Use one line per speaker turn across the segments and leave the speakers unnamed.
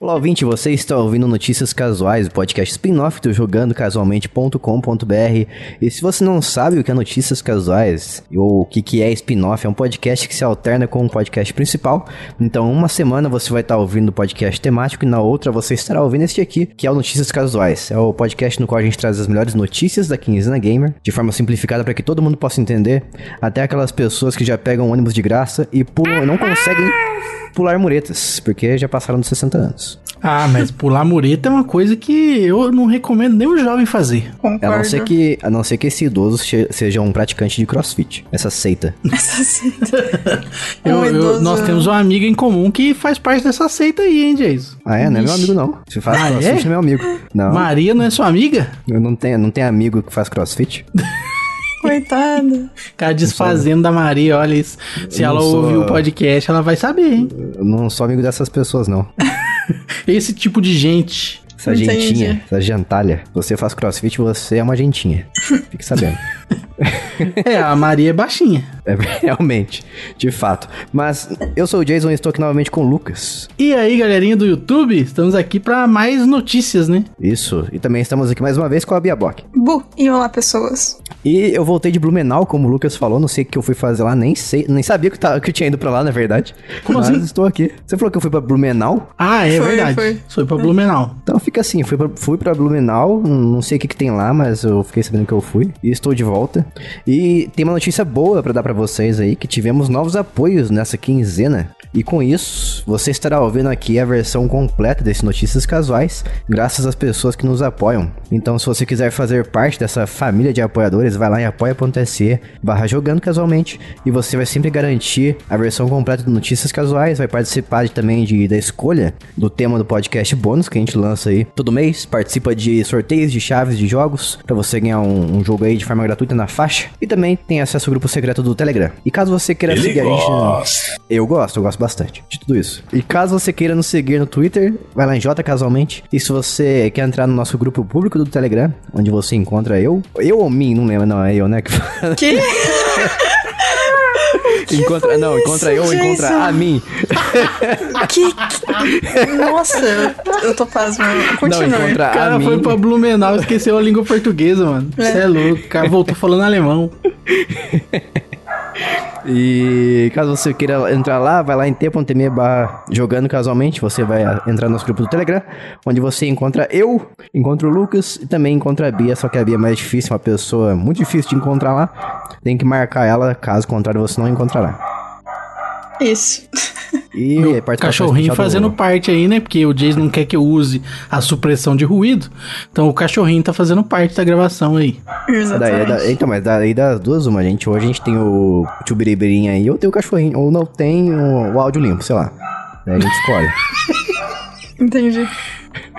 Olá, ouvinte, você está ouvindo Notícias Casuais, o podcast spin-off do jogandocasualmente.com.br. E se você não sabe o que é Notícias Casuais ou o que que é spin-off, é um podcast que se alterna com o podcast principal. Então, uma semana você vai estar ouvindo o podcast temático e na outra você estará ouvindo este aqui, que é o Notícias Casuais. É o podcast no qual a gente traz as melhores notícias da quinzena gamer, de forma simplificada para que todo mundo possa entender, até aquelas pessoas que já pegam ônibus de graça e pulam, não conseguem pular muretas, porque já passaram dos 60 anos.
Ah, mas pular mureta é uma coisa que eu não recomendo nem o jovem fazer.
A
Concordo.
não, ser que, a não ser que esse idoso che- seja um praticante de crossfit. Essa seita.
Eu-
Um
eu-
idoso.
nós temos uma amiga em comum que faz parte dessa seita aí, hein, Jason?
Ah, é? Não é meu amigo, não. Se faz
Ah, é?
crossfit, não é meu amigo. Não,
Maria não é sua amiga?
eu não tenho, não tenho amigo que faz crossfit.
Coitada.
Cara desfazendo da Maria, olha isso. Se
Eu não
ela
sou-
ouvir o podcast, ela vai saber, hein?
Eu não sou amigo dessas pessoas, não.
Esse tipo de gente.
Essa
Entendi.
gentinha, essa gentalha. Você faz crossfit, você é uma gentinha. Fique sabendo.
É, a Maria é baixinha.
É, realmente, de fato. Mas eu sou o Jason e estou aqui novamente com o Lucas.
E aí, galerinha do YouTube, estamos aqui pra mais notícias, né?
Isso. E também estamos aqui mais uma vez com a Bia Bock.
Bu. E olá, pessoas.
E eu voltei de Blumenau, como o Lucas falou, não sei o que eu fui fazer lá, nem sei, nem sabia que, eu tava- que eu tinha ido pra lá, na verdade.
Como
Mas
assim?
estou aqui. Você falou que eu fui pra Blumenau?
Ah, é
Foi,
verdade.
foi.
Foi pra Blumenau.
Então fica assim, fui pra, fui pra Blumenau, não sei o que, que tem lá, mas eu fiquei sabendo que eu fui e estou de volta. E tem uma notícia boa pra dar pra vocês aí, que tivemos novos apoios nessa quinzena. E com isso, você estará ouvindo aqui a versão completa desse Notícias Casuais, graças às pessoas que nos apoiam. Então se você quiser fazer parte dessa família de apoiadores, vai lá em apoia.se barra jogando casualmente e você vai sempre garantir a versão completa do Notícias Casuais, vai participar de- também de, da escolha do tema do podcast bônus que a gente lança aí todo mês, participa de sorteios de chaves de jogos pra você ganhar um, um jogo aí de forma gratuita na faixa e também tem acesso ao grupo secreto do Telegram. E caso você queira seguir a gente... na- eu gosto, eu gosto bastante de tudo isso. E caso você queira nos seguir no Twitter, vai lá em J casualmente. E se você quer entrar no nosso grupo público do Telegram, onde você encontra eu, eu ou mim, não lembro, não, é eu, né? Que fala.
Que?
encontra, não, encontra eu ou
Jason?
encontra a mim.
que? que- Nossa, eu- eu tô pasmando. Continue.
Não, encontra
O cara
a mim.
foi pra Blumenau, esqueceu a língua portuguesa, mano. Você é. louco, o cara voltou falando alemão.
E caso você queira entrar lá, vai lá em t.me barra jogando casualmente, você vai a- entrar no nosso grupo do Telegram, onde você encontra eu, encontra o Lucas e também encontra a Bia, só que a Bia é mais difícil, uma pessoa muito difícil de encontrar lá. Tem que marcar ela, caso contrário você não encontrará.
Isso.
E participação
Cachorrinho
especial do-
fazendo parte aí, né? Porque o Jason não quer que eu use a supressão de ruído. Então o cachorrinho tá fazendo parte da gravação aí.
Daí, é
Exatamente.
da- então, mas daí das duas, uma, gente. Hoje a gente tem o tchubiribirinha aí, ou tem o cachorrinho, ou não tem o, o áudio limpo, sei lá. Daí a gente escolhe.
Entendi.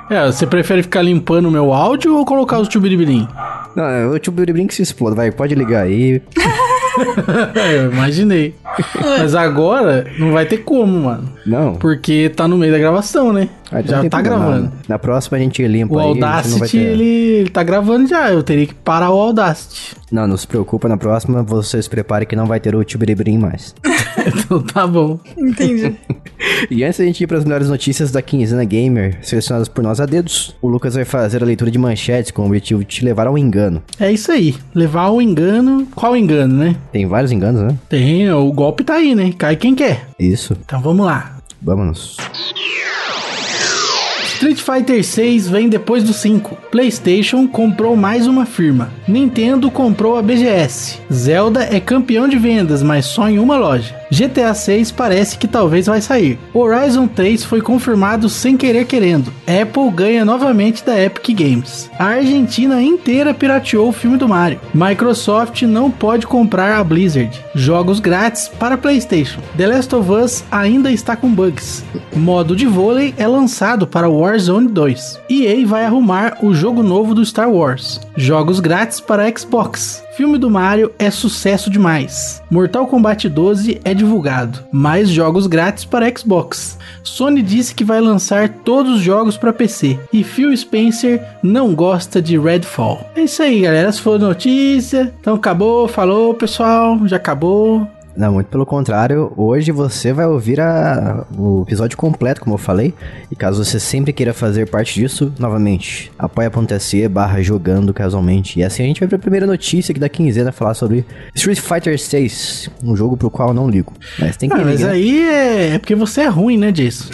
É, você prefere ficar limpando o meu áudio ou colocar os tchubiribirim?
não, é o tchubiribirinha que se explode, vai, pode ligar aí.
É, eu imaginei. Mas agora não vai ter como, mano.
Não.
Porque tá no meio da gravação, né?
Ah, então não
já
tem
tá
problema,
gravando.
né? Na próxima a gente limpa
O
aí, a gente não vai
Audacity,
ter-
ele, ele tá gravando já. Eu teria que parar o Audacity.
Não, não se preocupa, na próxima vocês se preparem que não vai ter o Tibiribrim mais.
então tá bom.
Entendi.
e antes da gente ir para as melhores notícias da quinzena gamer, selecionadas por nós a dedos, o Lucas vai fazer a leitura de manchetes com o objetivo de te levar ao engano.
É isso aí. Levar o engano. Qual engano, né?
Tem vários enganos, né?
Tem, o golpe tá aí, né? Cai quem quer.
Isso,
Então vamos lá.
vamos.
Street Fighter 6 vem depois do 5. PlayStation comprou mais uma firma. Nintendo comprou a BGS. Zelda é campeão de vendas, mas só em uma loja. GTA 6 parece que talvez vai sair. Horizon 3 foi confirmado sem querer querendo. Apple ganha novamente da Epic Games. A Argentina inteira pirateou o filme do Mario. Microsoft não pode comprar a Blizzard. Jogos grátis para PlayStation. The Last of Us ainda está com bugs. Modo de vôlei é lançado para Warzone 2. EA vai arrumar o jogo novo do Star Wars. Jogos grátis para Xbox. Filme do Mario é sucesso demais. Mortal Kombat 12 é divulgado. Mais jogos grátis para Xbox. Sony disse que vai lançar todos os jogos para PC. E Phil Spencer não gosta de Redfall. É isso aí, galera. Essa foi a notícia. Então acabou, falou, pessoal. Já acabou.
Não, muito pelo contrário. Hoje você vai ouvir a- o episódio completo, como eu falei. E caso você sempre queira fazer parte disso, novamente, apoia.se barra jogando casualmente. E assim a gente vai pra primeira notícia que da quinzena falar sobre Street Fighter 6, um jogo pro qual eu não ligo. Mas tem que
Ah, mas
ligar.
aí é... é porque você é ruim, né, Jason?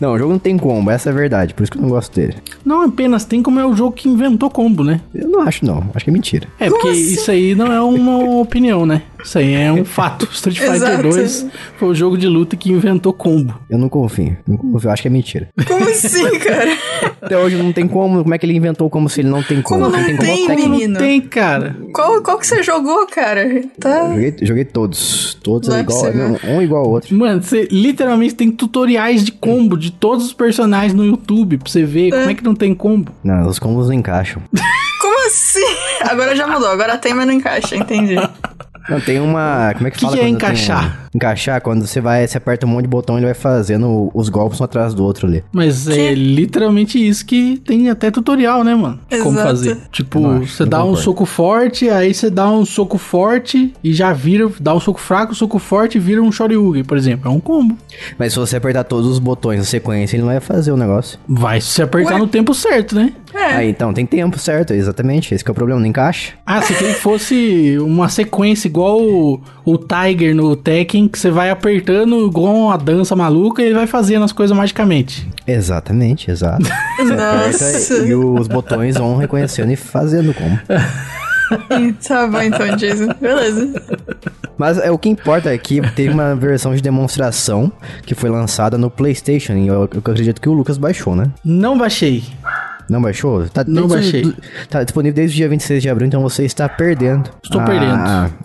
Não, o jogo não tem combo, essa é a verdade. Por isso que eu não gosto dele.
Não apenas tem como é o jogo que inventou combo, né?
Eu não acho, não. Acho que é mentira.
É, porque
Nossa.
isso aí não é uma opinião, né? Isso aí é um fato. Street Fighter
Exato.
2 foi o jogo de luta que inventou combo.
Eu não confio. Não confio, eu acho que é mentira.
Como assim, cara?
Até hoje não tem como. Como é que ele inventou como se ele não tem como?
Como
Quem
não
como
tem,
consegue.
Como não
Menino.
tem, cara?
Qual, qual que você jogou, cara? Tá.
Joguei, joguei todos. Todos
Não é
igual,
possível.
um igual ao outro.
Mano, você literalmente tem tutoriais de combo de todos os personagens no YouTube pra você ver como é que não tem combo.
Não, os combos não encaixam.
Como assim? Agora já mudou, agora tem, mas não encaixa, entendi.
Não, tem uma. Como é que
Que
fala?
que é
quando
encaixar?
tem um- encaixar quando você vai, você aperta um monte de botão e ele vai fazendo os golpes um atrás do outro ali.
Mas é literalmente isso que tem até tutorial, né, mano? Como
Exato.
fazer. Tipo,
Não acho,
você
não
dá um
concordo.
soco forte, aí você dá um soco forte e já vira, dá um soco fraco, soco forte e vira um Shoryugen, por exemplo. É um combo.
Mas se você apertar todos os botões na sequência, ele não vai fazer o negócio.
Vai se apertar
Ué?
no tempo certo, né?
É.
Aí então, tem tempo, certo? Exatamente. Esse que é o problema, não encaixa.
Ah, se que fosse uma sequência igual o, o Tiger no Tekken, que você vai apertando igual uma dança maluca e ele vai fazendo as coisas magicamente.
Exatamente, exato. Você
Nossa.
aperta e os botões vão reconhecendo e fazendo como.
Tá bom então, Jason. Beleza.
Mas é, o que importa é que teve uma versão de demonstração que foi lançada no PlayStation. E eu, eu acredito que o Lucas baixou, né?
Não baixei.
Não baixou? Tá
Não
desde-
baixei.
Tá disponível desde o dia 26 de abril, então você está perdendo.
Estou
a-
perdendo.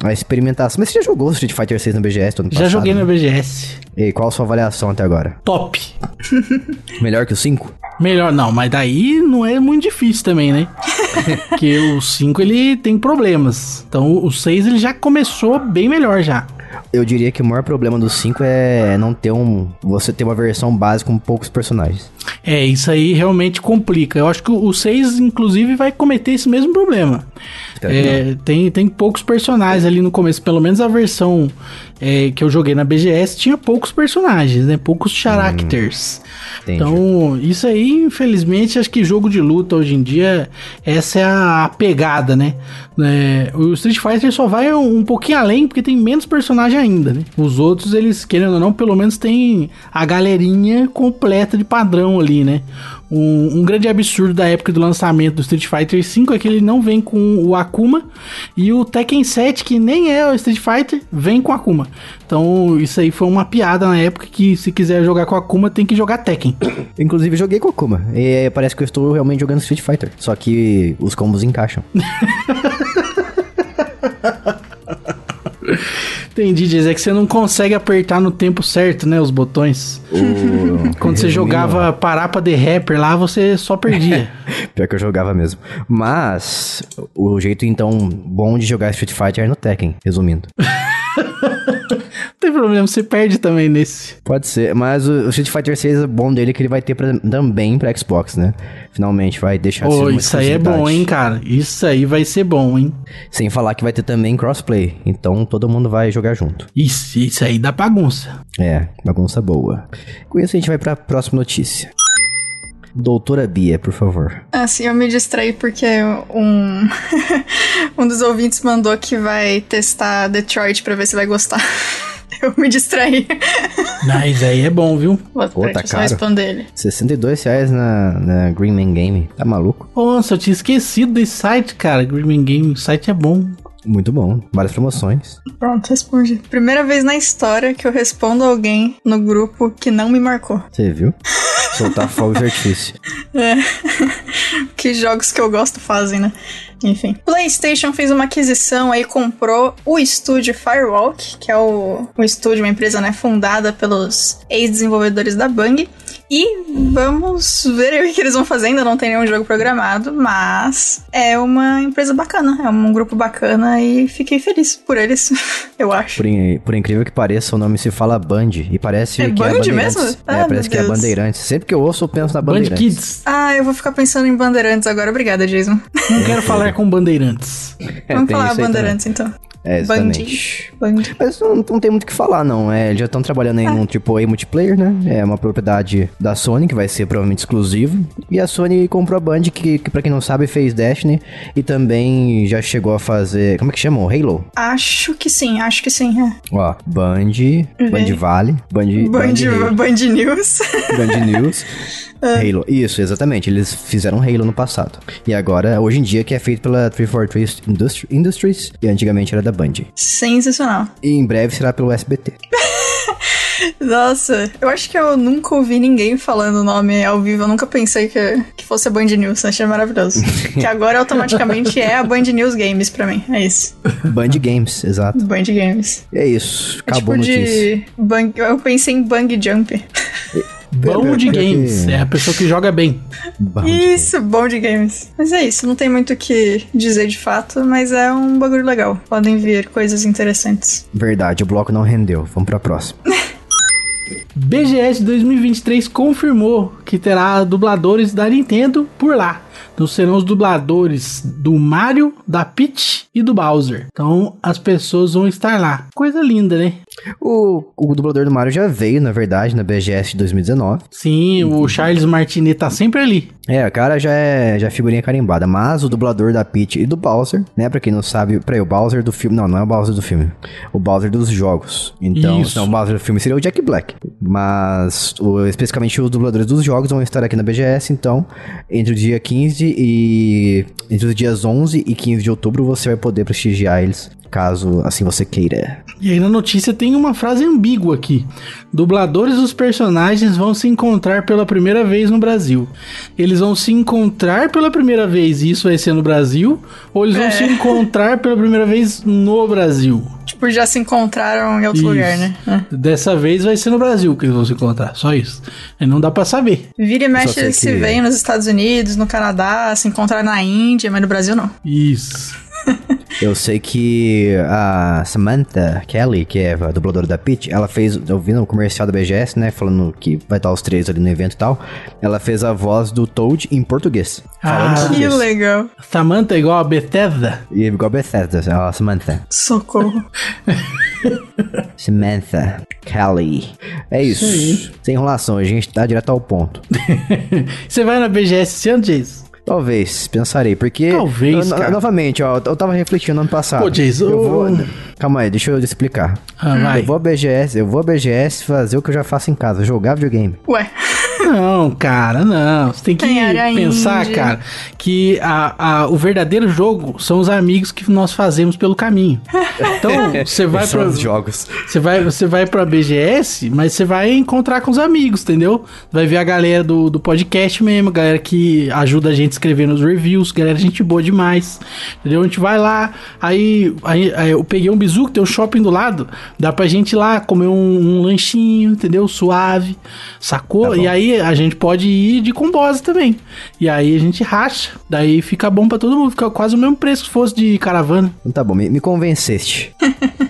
A experimentação. Mas você já jogou Street Fighter 6 no BGS todo ano
Já
passado,
joguei
né?
na BGS.
E qual a sua avaliação até agora?
Top.
Melhor que o 5?
Melhor não, mas daí não é muito difícil também, né? Porque o 5 ele tem problemas. Então o 6 ele já começou bem melhor já.
Eu diria que o maior problema do 5 é não ter um. Você ter uma versão base com poucos personagens.
É, isso aí realmente complica. Eu acho que o 6, inclusive, vai cometer esse mesmo problema.
Tá
É, tem, tem poucos personagens ali no começo. Pelo menos a versão é, que eu joguei na BGS tinha poucos personagens, né? Poucos characters.
Entendi.
Então, isso aí, infelizmente, acho que jogo de luta hoje em dia, essa é a a pegada, né? É, o Street Fighter só vai um, um pouquinho além, porque tem menos personagem ainda, né? Os outros, eles, querendo ou não, pelo menos tem a galerinha completa de padrão ali, né? Um, um grande absurdo da época do lançamento do Street Fighter V é que ele não vem com o Akuma e o Tekken 7, que nem é o Street Fighter, vem com o Akuma. Então, isso aí foi uma piada na época que se quiser jogar com o Akuma tem que jogar Tekken.
Inclusive, joguei com a Kuma. E é, parece que eu estou realmente jogando Street Fighter. Só que os combos encaixam.
Entendi, Diz, é que você não consegue apertar no tempo certo, né, os botões. Quando você
Resumindo,
jogava Parapa de Rapper lá, você só perdia.
Pior que eu jogava mesmo. Mas o jeito então bom de jogar Street Fighter é no Tekken, resumindo.
não tem problema, você perde também nesse.
Pode ser, mas o o Street Fighter 6 é bom dele que ele vai ter pra- também pra Xbox, né? Finalmente vai deixar ser
Ô,
uma
isso aí é bom,
exclusividade.
hein, cara? Isso aí vai ser bom, hein?
Sem falar que vai ter também crossplay, então todo mundo vai jogar junto.
Isso, isso aí dá bagunça.
É, bagunça boa. Com isso a gente vai pra próxima notícia. Doutora Bia, por favor.
Assim, eu me distraí porque um, um dos ouvintes mandou que vai testar Detroit pra ver se vai gostar. Eu me distraí.
Mas isso aí é bom, viu?
Vou
Pô, tá
deixa eu só
caro.
responder ele.
R$ 62 reais na, na Green Man Game. Tá maluco?
Nossa, eu tinha esquecido desse site, cara. Grimming Game, o site é bom.
Muito bom. Várias promoções.
Pronto, responde. Primeira vez na história que eu respondo alguém no grupo que não me marcou.
Você viu? Soltar fogo de artifício.
É. que jogos que eu gosto fazem, né? Enfim. PlayStation fez uma aquisição aí, comprou o estúdio Firewalk, que é o, o estúdio, uma empresa, né, fundada pelos ex-desenvolvedores da Bang. E vamos ver aí o que eles vão fazer, ainda não tem nenhum jogo programado, mas é uma empresa bacana, é um grupo bacana e fiquei feliz por eles, eu acho.
Por, in- por incrível que pareça, o nome se fala Band. E parece
É
que é
Band
Bandeirantes.
mesmo?
É,
Ah,
parece
meu
que é
Deus.
Bandeirantes. Sempre que eu ouço, eu penso na
Band
Bandeirantes.
Kids.
Ah, eu vou ficar pensando em Bandeirantes agora, obrigada, Jason.
Não quero falar com bandeirantes.
É,
Vamos
tem
falar
isso aí
Bandeirantes então.
também. É, exatamente.
Bandit. Bandit.
Mas não, não tem muito o que falar, não. É, eles já estão trabalhando
Ah.
em um AAA multiplayer, né? É uma propriedade da Sony, que vai ser provavelmente exclusivo. E a Sony comprou a Band, que, que pra quem não sabe, fez Destiny. E também já chegou a fazer... Como é que chama? O Halo?
Acho que sim, acho que sim. É.
Ó, Band, Band Vale, Band...
Uhum. Band,
Halo.
Band News.
Band News.
Ah.
Halo. Isso, exatamente. Eles fizeram Halo no passado. E agora, hoje em dia, que é feito pela 343 Industri- Industries e antigamente era da Band.
Sensacional.
E em breve será pelo SBT.
Nossa, eu acho que eu nunca ouvi ninguém falando o nome ao vivo. Eu nunca pensei que, que fosse a Band News. Achei maravilhoso. que agora automaticamente é a Band News Games pra mim. É isso.
Band Games, exato.
Band Games.
É isso.
É
Acabou
tipo
a notícia.
de. Bang, eu pensei em Bang Jump.
Bom de games. É a pessoa que joga bem.
Band
Isso, bom de games. Mas é isso, não tem muito o que dizer de fato, mas é um bagulho legal. Podem vir coisas interessantes.
Verdade, o bloco não rendeu. Vamos pra próxima.
BGS 2023 confirmou que terá dubladores da Nintendo por lá. Então serão os dubladores do Mario, da Peach e do Bowser. Então as pessoas vão estar lá. Coisa linda, né?
O, o dublador do Mario já veio, na verdade, na BGS de 2019.
Sim, o Charles Martinet tá sempre ali.
É, o cara já é, já é figurinha carimbada. Mas o dublador da Peach e do Bowser, né? Pra quem não sabe, peraí, o Bowser do filme. Não, não é o Bowser do filme. O Bowser dos jogos. Então,
Isso.
senão o Bowser do filme seria o Jack Black. Mas, o- especificamente, os dubladores dos jogos vão estar aqui na BGS. Então, entre o dia 15 e. Entre os dias 11 e 15 de outubro, você vai poder prestigiar eles. Caso assim você queira.
E aí na notícia tem uma frase ambígua aqui. Dubladores dos personagens vão se encontrar pela primeira vez no Brasil. Eles vão se encontrar pela primeira vez e isso vai ser no Brasil? Ou eles vão
É.
se encontrar pela primeira vez no Brasil?
Tipo, já se encontraram em outro
Isso.
lugar, né? É.
Dessa vez vai ser no Brasil que eles vão se encontrar, só isso. Aí não dá pra saber.
Vira e
Só sei
mexe se
que-
vem nos Estados Unidos, no Canadá, se encontrar na Índia, mas no Brasil não.
Isso.
Eu sei que a Samantha Kelly, que é a dubladora da Peach, ela fez, eu vi no comercial da BGS, né, falando que vai estar os três ali no evento e tal, ela fez a voz do Toad em português.
Ah,
Falando
que
português.
legal.
Samantha é igual a Bethesda.
E igual a Bethesda, a Samantha.
Socorro.
Samantha Kelly. É isso. Sem enrolação, a gente tá direto ao ponto.
Você vai na BGS esse ano, Jason?
Talvez, pensarei, porque...
Talvez,
eu-
cara.
Novamente, ó, eu tava refletindo ano passado.
Pô, Jason,
Eu vou...
eu-
Calma aí, deixa eu explicar.
Ah, vai.
Eu vou à BGS, eu vou à BGS fazer o que eu já faço em casa, jogar videogame.
Ué,
Não, cara, não. Você tem que
Tem área
pensar,
indie.
cara, que a, a- o verdadeiro jogo são os amigos que nós fazemos pelo caminho. Então, você vai
São
pra.
os jogos.
Você vai, você vai pra BGS, mas você vai encontrar com os amigos, entendeu? Vai ver a galera do, do podcast mesmo, a galera que ajuda a gente escrevendo os reviews, galera gente boa demais, entendeu? A gente vai lá, aí, aí- aí eu peguei um bizu que tem um shopping do lado, dá pra gente ir lá comer um, um lanchinho, entendeu? Suave, sacou?
Tá bom.
e aí a gente pode ir de combosa também. E aí a gente racha, daí fica bom pra todo mundo, fica quase o mesmo preço que fosse de caravana.
Então tá bom, me, me convenceste.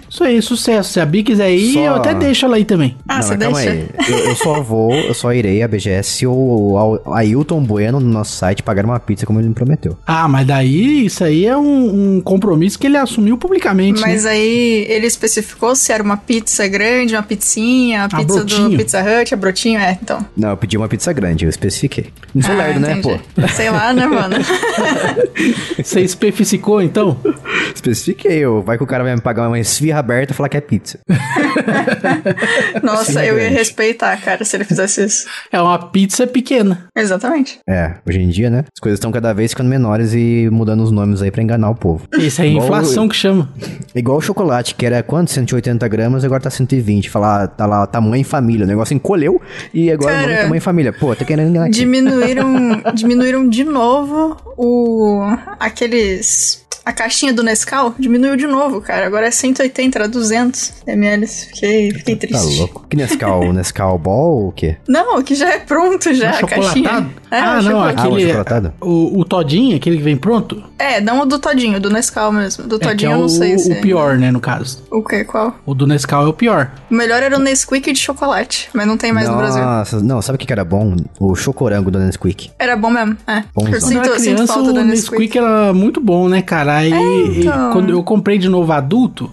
Isso aí, sucesso. Se a Bia quiser ir,
Só-
eu até deixo ela aí também.
ah,
Não,
você
mas calma
deixa?
aí. Eu, eu só vou, eu só irei à BGS se o, o Ailton Bueno no nosso site pagar uma pizza como ele me prometeu.
Ah, mas daí isso aí é um, um compromisso que ele assumiu publicamente. né?
Mas aí ele especificou se era uma pizza grande, uma pizzinha,
Ah,
a pizza
brotinho.
do Pizza Hut, a brotinho, é, então.
Não, eu pedi uma pizza grande, eu especifiquei. Não
Ah,
sou lerdo, né, pô?
pô? Sei lá, né, mano?
Você especificou então?
Especifiquei, eu. vai que o cara vai me pagar uma esfirra aberta e falar que é pizza.
Nossa,
Sim, é
eu ia
grande.
respeitar, cara, se ele fizesse isso.
É uma pizza pequena.
Exatamente.
É, hoje em dia, né? As coisas estão cada vez ficando menores e mudando os nomes aí pra enganar o povo.
Isso aí é
Igual-
inflação que chama.
Igual o chocolate, que era quanto? 180 gramas, agora tá 120. Falar, tá lá, tamanho família. O negócio encolheu e agora o nome é
Cara,
tamanho família. Pô, tá querendo enganar aqui.
Diminuíram, diminuíram de novo o aqueles a caixinha do Nescau diminuiu de novo, cara. Agora é 180, era 200 ml. Fiquei, fiquei
Tá
triste.
louco. Que Nescau? Nescau Ball ou né? o quê?
Não, que já é pronto já a caixinha.
Chocolatado?
É,
ah,
o
não,
chocolate-
Ah, o
aquele.
achocolatado.
o, o Todinho, aquele que vem pronto?
É, não o do Todinho, do Nescau mesmo. Do
é, que
Todinho
é
eu
o,
não sei se
o pior, né, no caso.
O que qual?
O do Nescau é o pior.
O melhor era o Nesquik de chocolate, mas não tem é mais no Brasil.
Nossa, não, sabe o que que era bom? O chocorango da Nesquik.
Era bom mesmo. É.
Bonzão. Quando
Eu
Quando eu
sinto,
era
eu sinto
criança,
falta
o
do Nesquik.
Nesquik era muito bom, né, cara? Aí
então.
e quando eu comprei de novo adulto,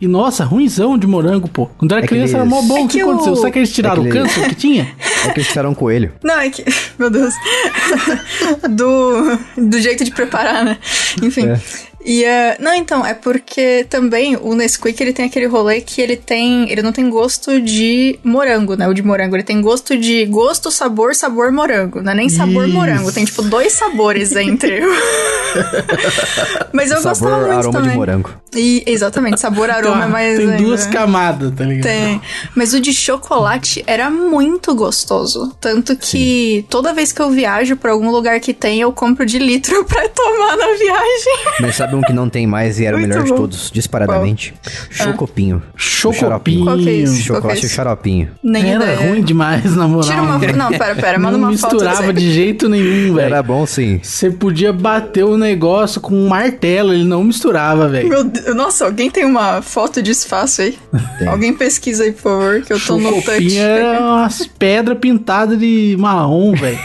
e nossa, ruimzão de morango, pô. Quando
É
era
que
criança era mó
eles-
bom.
É
o que,
que o-
aconteceu? Será que eles tiraram
É que
o
eles-
câncer que tinha?
É que eles fizeram um coelho.
Não, é que. Meu Deus. do, do jeito de preparar, né? Enfim.
É.
E, eh, não, então, é porque também o Nesquik ele tem aquele rolê que ele tem. Ele não tem gosto de morango, né? O de morango. Ele tem gosto de gosto, sabor, sabor, morango. Não é nem sabor
Isso.
morango. Tem tipo dois sabores entre. o- Mas eu
sabor,
gostava muito
aroma
também.
de morango.
E, exatamente, sabor, aroma é
Tá,
mais.
tem duas
ainda.
camadas, tá ligado?
Tem. Mas o de chocolate era muito gostoso. Tanto que toda vez que eu viajo pra algum lugar que tem, eu compro de litro pra tomar na viagem.
Mas sabe um que não tem mais e era o
Muito
melhor de
bom.
todos, disparadamente? Chocopinho.
Ah. Chocopinho.
Qual que é isso? Qual que é
Chocolate e
isso?
xaropinho.
Nem
Né? Era
ideia.
ruim demais, na moral.
Tira uma Não, pera, pera. Manda
não
uma foto.
misturava
desse-
de jeito nenhum,
Era
velho.
bom sim.
Você podia bater o negócio com um martelo, ele não misturava, velho.
Meu Deus, nossa, alguém tem uma foto disso fácil aí?
Tem.
Alguém pesquisa aí, por favor, que eu tô no touch.
Chocopinho era umas pedras pintadas de marrom, velho.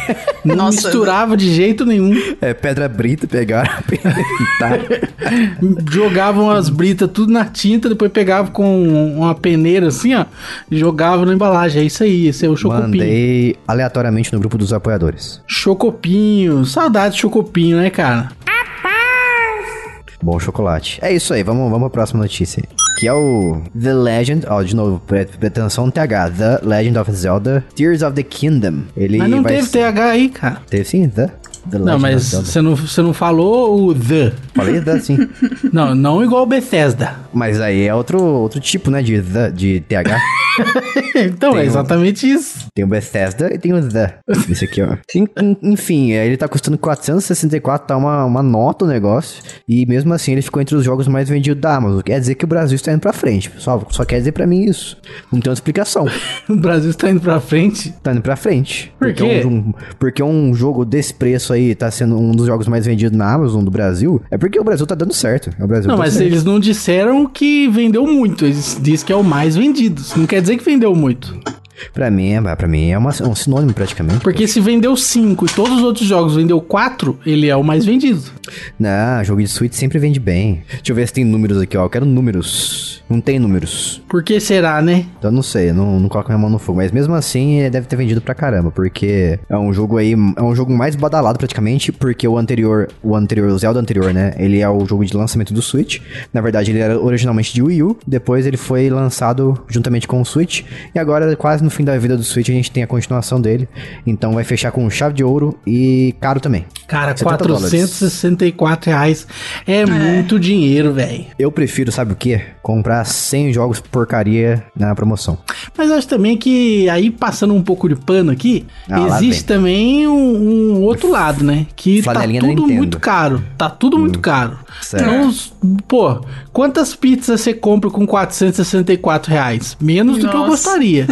Não
Nossa, né?
misturava de jeito nenhum.
É pedra brita, pegaram. tá.
Jogavam as britas tudo na tinta, depois pegava com uma peneira assim, ó, e jogava na embalagem. É isso aí, esse é o chocopinho.
Mandei aleatoriamente no grupo dos apoiadores.
Chocopinho, saudade de chocopinho, né, cara?
Bom chocolate. É isso aí, vamos, vamos pra próxima notícia. Que é o The Legend, ó, de novo, pre- pretensão TH, The Legend of Zelda, Tears of the Kingdom. Ele
mas não
vai
teve
ser-
TH aí, cara.
Teve sim, The. The Legend
Não, é mas
of Zelda.
você não, você não falou o The.
Falei The, sim.
Não, não igual o Bethesda.
Mas aí é outro, outro tipo, né, de The, de TH. Tem
então, é
um-
exatamente isso.
Tem o Bethesda e tem o The. Esse aqui, ó. En- en- Enfim, é, ele tá custando 464, tá uma, uma nota o negócio. E mesmo assim ele ficou entre os jogos mais vendidos da Amazon. Quer dizer que o Brasil está indo pra frente, pessoal. Só quer dizer pra mim isso. Não tem outra explicação.
O Brasil está indo pra frente.
Tá indo pra frente.
Por
porque
quê?
Um, um- porque um jogo desse preço aí tá sendo um dos jogos mais vendidos na Amazon do Brasil. É porque o Brasil tá dando certo. É o Brasil
Não,
tá
mas
certo.
eles não disseram que vendeu muito. Eles dizem que é o mais vendido. Isso Não quer dizer que vendeu muito.
Pra mim, é- pra mim é uma- um sinônimo praticamente.
Porque se vendeu 5 e todos os outros jogos vendeu 4, ele é o mais vendido.
Não, jogo de Switch sempre vende bem. Deixa eu ver se tem números aqui, ó. Eu quero números. Não tem números.
Por que será, né?
Então eu não sei, eu não, não coloco minha mão no fogo. Mas mesmo assim, eh, deve ter vendido pra caramba, porque é um jogo aí, é um jogo mais badalado praticamente, porque o anterior, o anterior, o Zelda anterior, né? Ele é o jogo de lançamento do Switch. Na verdade, ele era originalmente de Wii U, depois ele foi lançado juntamente com o Switch, e agora quase no fim da vida do Switch a gente tem a continuação dele. Então vai fechar com chave de ouro e caro também.
Cara,
70 dólares.
464 reais é, muito dinheiro, velho.
Eu prefiro, sabe o quê? Comprar 100 jogos porcaria na promoção.
Mas acho também que aí passando um pouco de pano aqui,
Ah, lá
existe também um, um outro lado, né? Que tá
Flanelinha da
tudo
Nintendo. Hum. É.
muito caro. Tá tudo muito caro.
Certo.
Então, os- pô, quantas pizzas você compra com 464 reais? Menos do que eu
Nossa.
gostaria.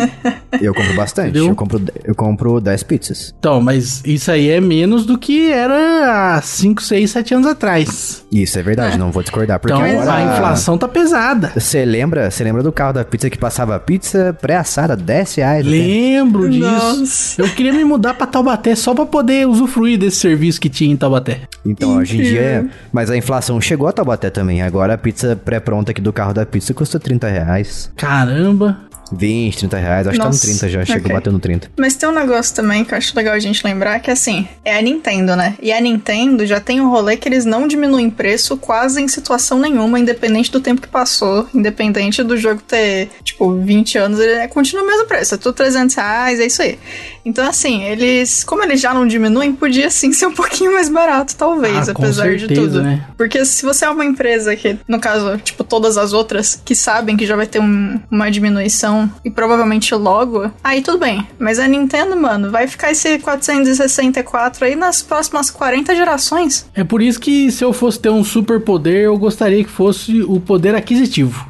Eu compro bastante.
Entendeu?
eu, compro, eu compro 10 pizzas.
Então, mas isso aí é menos do que era há 5, 6, 7 anos atrás.
Isso é verdade, não vou discordar. Porque
Então
agora-
a inflação tá pesada.
Você lembra, você lembra do carro da pizza que passava pizza pré-assada, 10 reais? até?
Lembro disso.
Nossa.
Eu queria me mudar pra Taubaté só pra poder usufruir desse serviço que tinha em Taubaté.
Então, hoje em
Incrível.
dia. Mas a inflação chegou a Taubaté também. Agora a pizza pré-pronta aqui do carro da pizza custa 30 reais.
Caramba.
20, 30 reais. Acho
Nossa,
que tá no 30 já. Chegou
ok.
batendo 30.
Mas tem um negócio também que eu acho legal a gente lembrar, que assim, é a Nintendo, né? E a Nintendo já tem um rolê que eles não diminuem preço quase em situação nenhuma, independente do tempo que passou, independente do jogo ter, tipo, 20 anos, ele é- continua o mesmo preço, é tudo 300 reais, é isso aí. Então, assim, eles, como eles já não diminuem, podia sim ser um pouquinho mais barato, talvez,
Ah, com
apesar de
certeza,
tudo.
né?
Porque se você é uma empresa que, no caso, tipo, todas as outras que sabem que já vai ter um- uma diminuição e provavelmente logo, aí tudo bem. Mas a Nintendo, mano, vai ficar esse 464 aí nas próximas 40 gerações.
É por isso que se eu fosse ter um superpoder, eu gostaria que fosse o poder aquisitivo.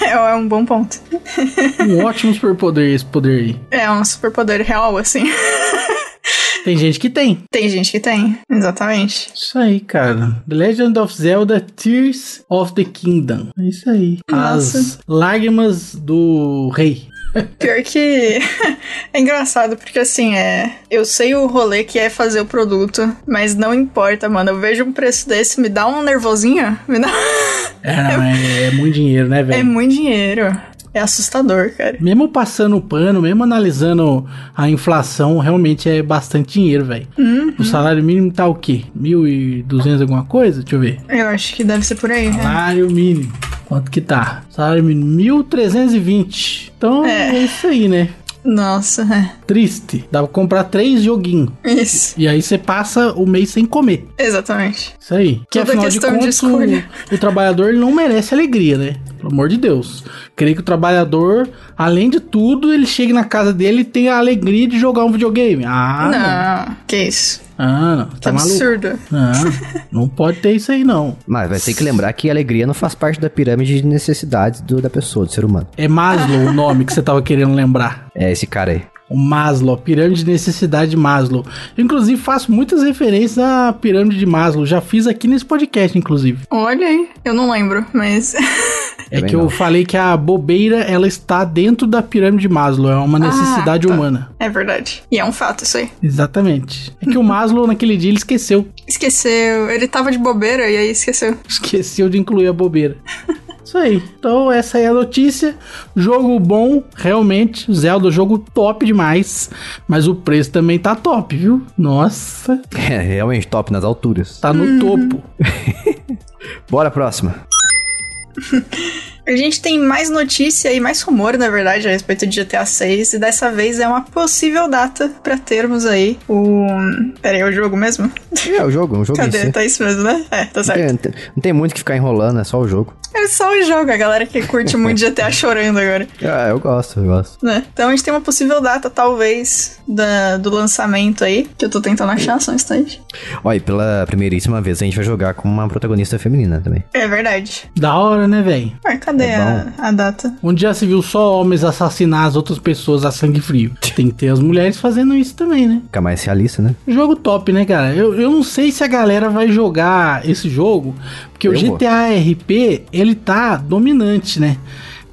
É um bom ponto.
Um ótimo superpoder esse poder aí.
É um superpoder real, assim.
Tem gente que tem.
Tem gente que tem, exatamente.
Isso aí, cara. The Legend of Zelda Tears of the Kingdom. É isso aí. As lágrimas do rei.
Pior que é engraçado, porque assim, é. Eu sei o rolê que é fazer o produto, mas não importa, mano. Eu vejo um preço desse, me dá um nervosinho, me dá.
É, não, é, é muito dinheiro, né,
É
velho?
muito dinheiro. É assustador, cara.
Mesmo passando o pano, mesmo analisando a inflação, realmente é bastante dinheiro, velho.
Uhum.
O salário mínimo tá o quê? 1.200 alguma coisa? Deixa eu ver.
Eu acho que deve ser por aí. né?
Salário mínimo. Quanto que tá? Salário mínimo, 1.320. Então,
É.
é. isso aí, né?
Nossa, é.
Triste. Dá pra comprar três joguinhos.
Isso.
E aí você passa o mês sem comer.
Exatamente.
Isso aí. Que
Tudo é
afinal de
questão de
contas,
escolha.
o, o trabalhador ele não merece alegria, né? Pelo amor de Deus. Creio que o trabalhador, além de tudo, ele chegue na casa dele e tenha a alegria de jogar um videogame. Ah, não.
não, que isso.
Ah, não.
Que
Tá maluco?
absurdo.
Não, não pode ter isso aí, não.
Mas vai ter que lembrar que a alegria não faz parte da pirâmide de necessidades do- da pessoa, do ser humano.
É Maslow o nome que você tava querendo lembrar.
É esse cara aí.
O Maslow, pirâmide de necessidade de Maslow. Eu, inclusive, faço muitas referências à pirâmide de Maslow. Já fiz aqui nesse podcast, inclusive.
Olha aí. Eu não lembro, mas.
É
Também
que eu
não.
falei que a bobeira, ela está dentro da pirâmide de Maslow, é uma necessidade
tá.
humana.
é verdade. E é um fato isso aí.
Exatamente. É que o Maslow naquele dia ele esqueceu,
Esqueceu. Ele tava de bobeira e aí esqueceu.
esqueceu de incluir a bobeira. Isso aí. Então essa é a notícia. Jogo bom, realmente. Zelda, jogo top demais. Mas o preço também tá top, viu? Nossa,
É realmente top nas alturas.
tá no topo.
Bora próxima.
A gente tem mais notícia e mais rumor, na verdade, a respeito de GTA 6 e dessa vez é uma possível data pra termos aí o. Pera aí, é o jogo mesmo?
É o jogo, o jogo em
Cadê?
si.
Tá isso mesmo, né? É, tá
Não tem,
certo.
não tem- não tem muito que ficar enrolando, é só o jogo.
É só o jogo, a galera que curte muito GTA chorando agora.
Ah, eu gosto, eu gosto.
Né? Então a gente tem uma possível data, talvez, da- do lançamento aí, que eu tô tentando achar só um instante.
Olha, e pela primeiríssima vez a gente vai jogar com uma protagonista feminina também.
É verdade.
Da hora, né, velho?
Ué, cadê
É
a, a data?
Onde já Um se viu só homens assassinar as outras pessoas a sangue frio. Tem que ter as mulheres fazendo isso também, né?
Fica mais realista, né?
Jogo top, né, cara? Eu, eu não sei se a galera vai jogar esse jogo, porque o
Eu vou.
GTA RP, ele tá dominante, né?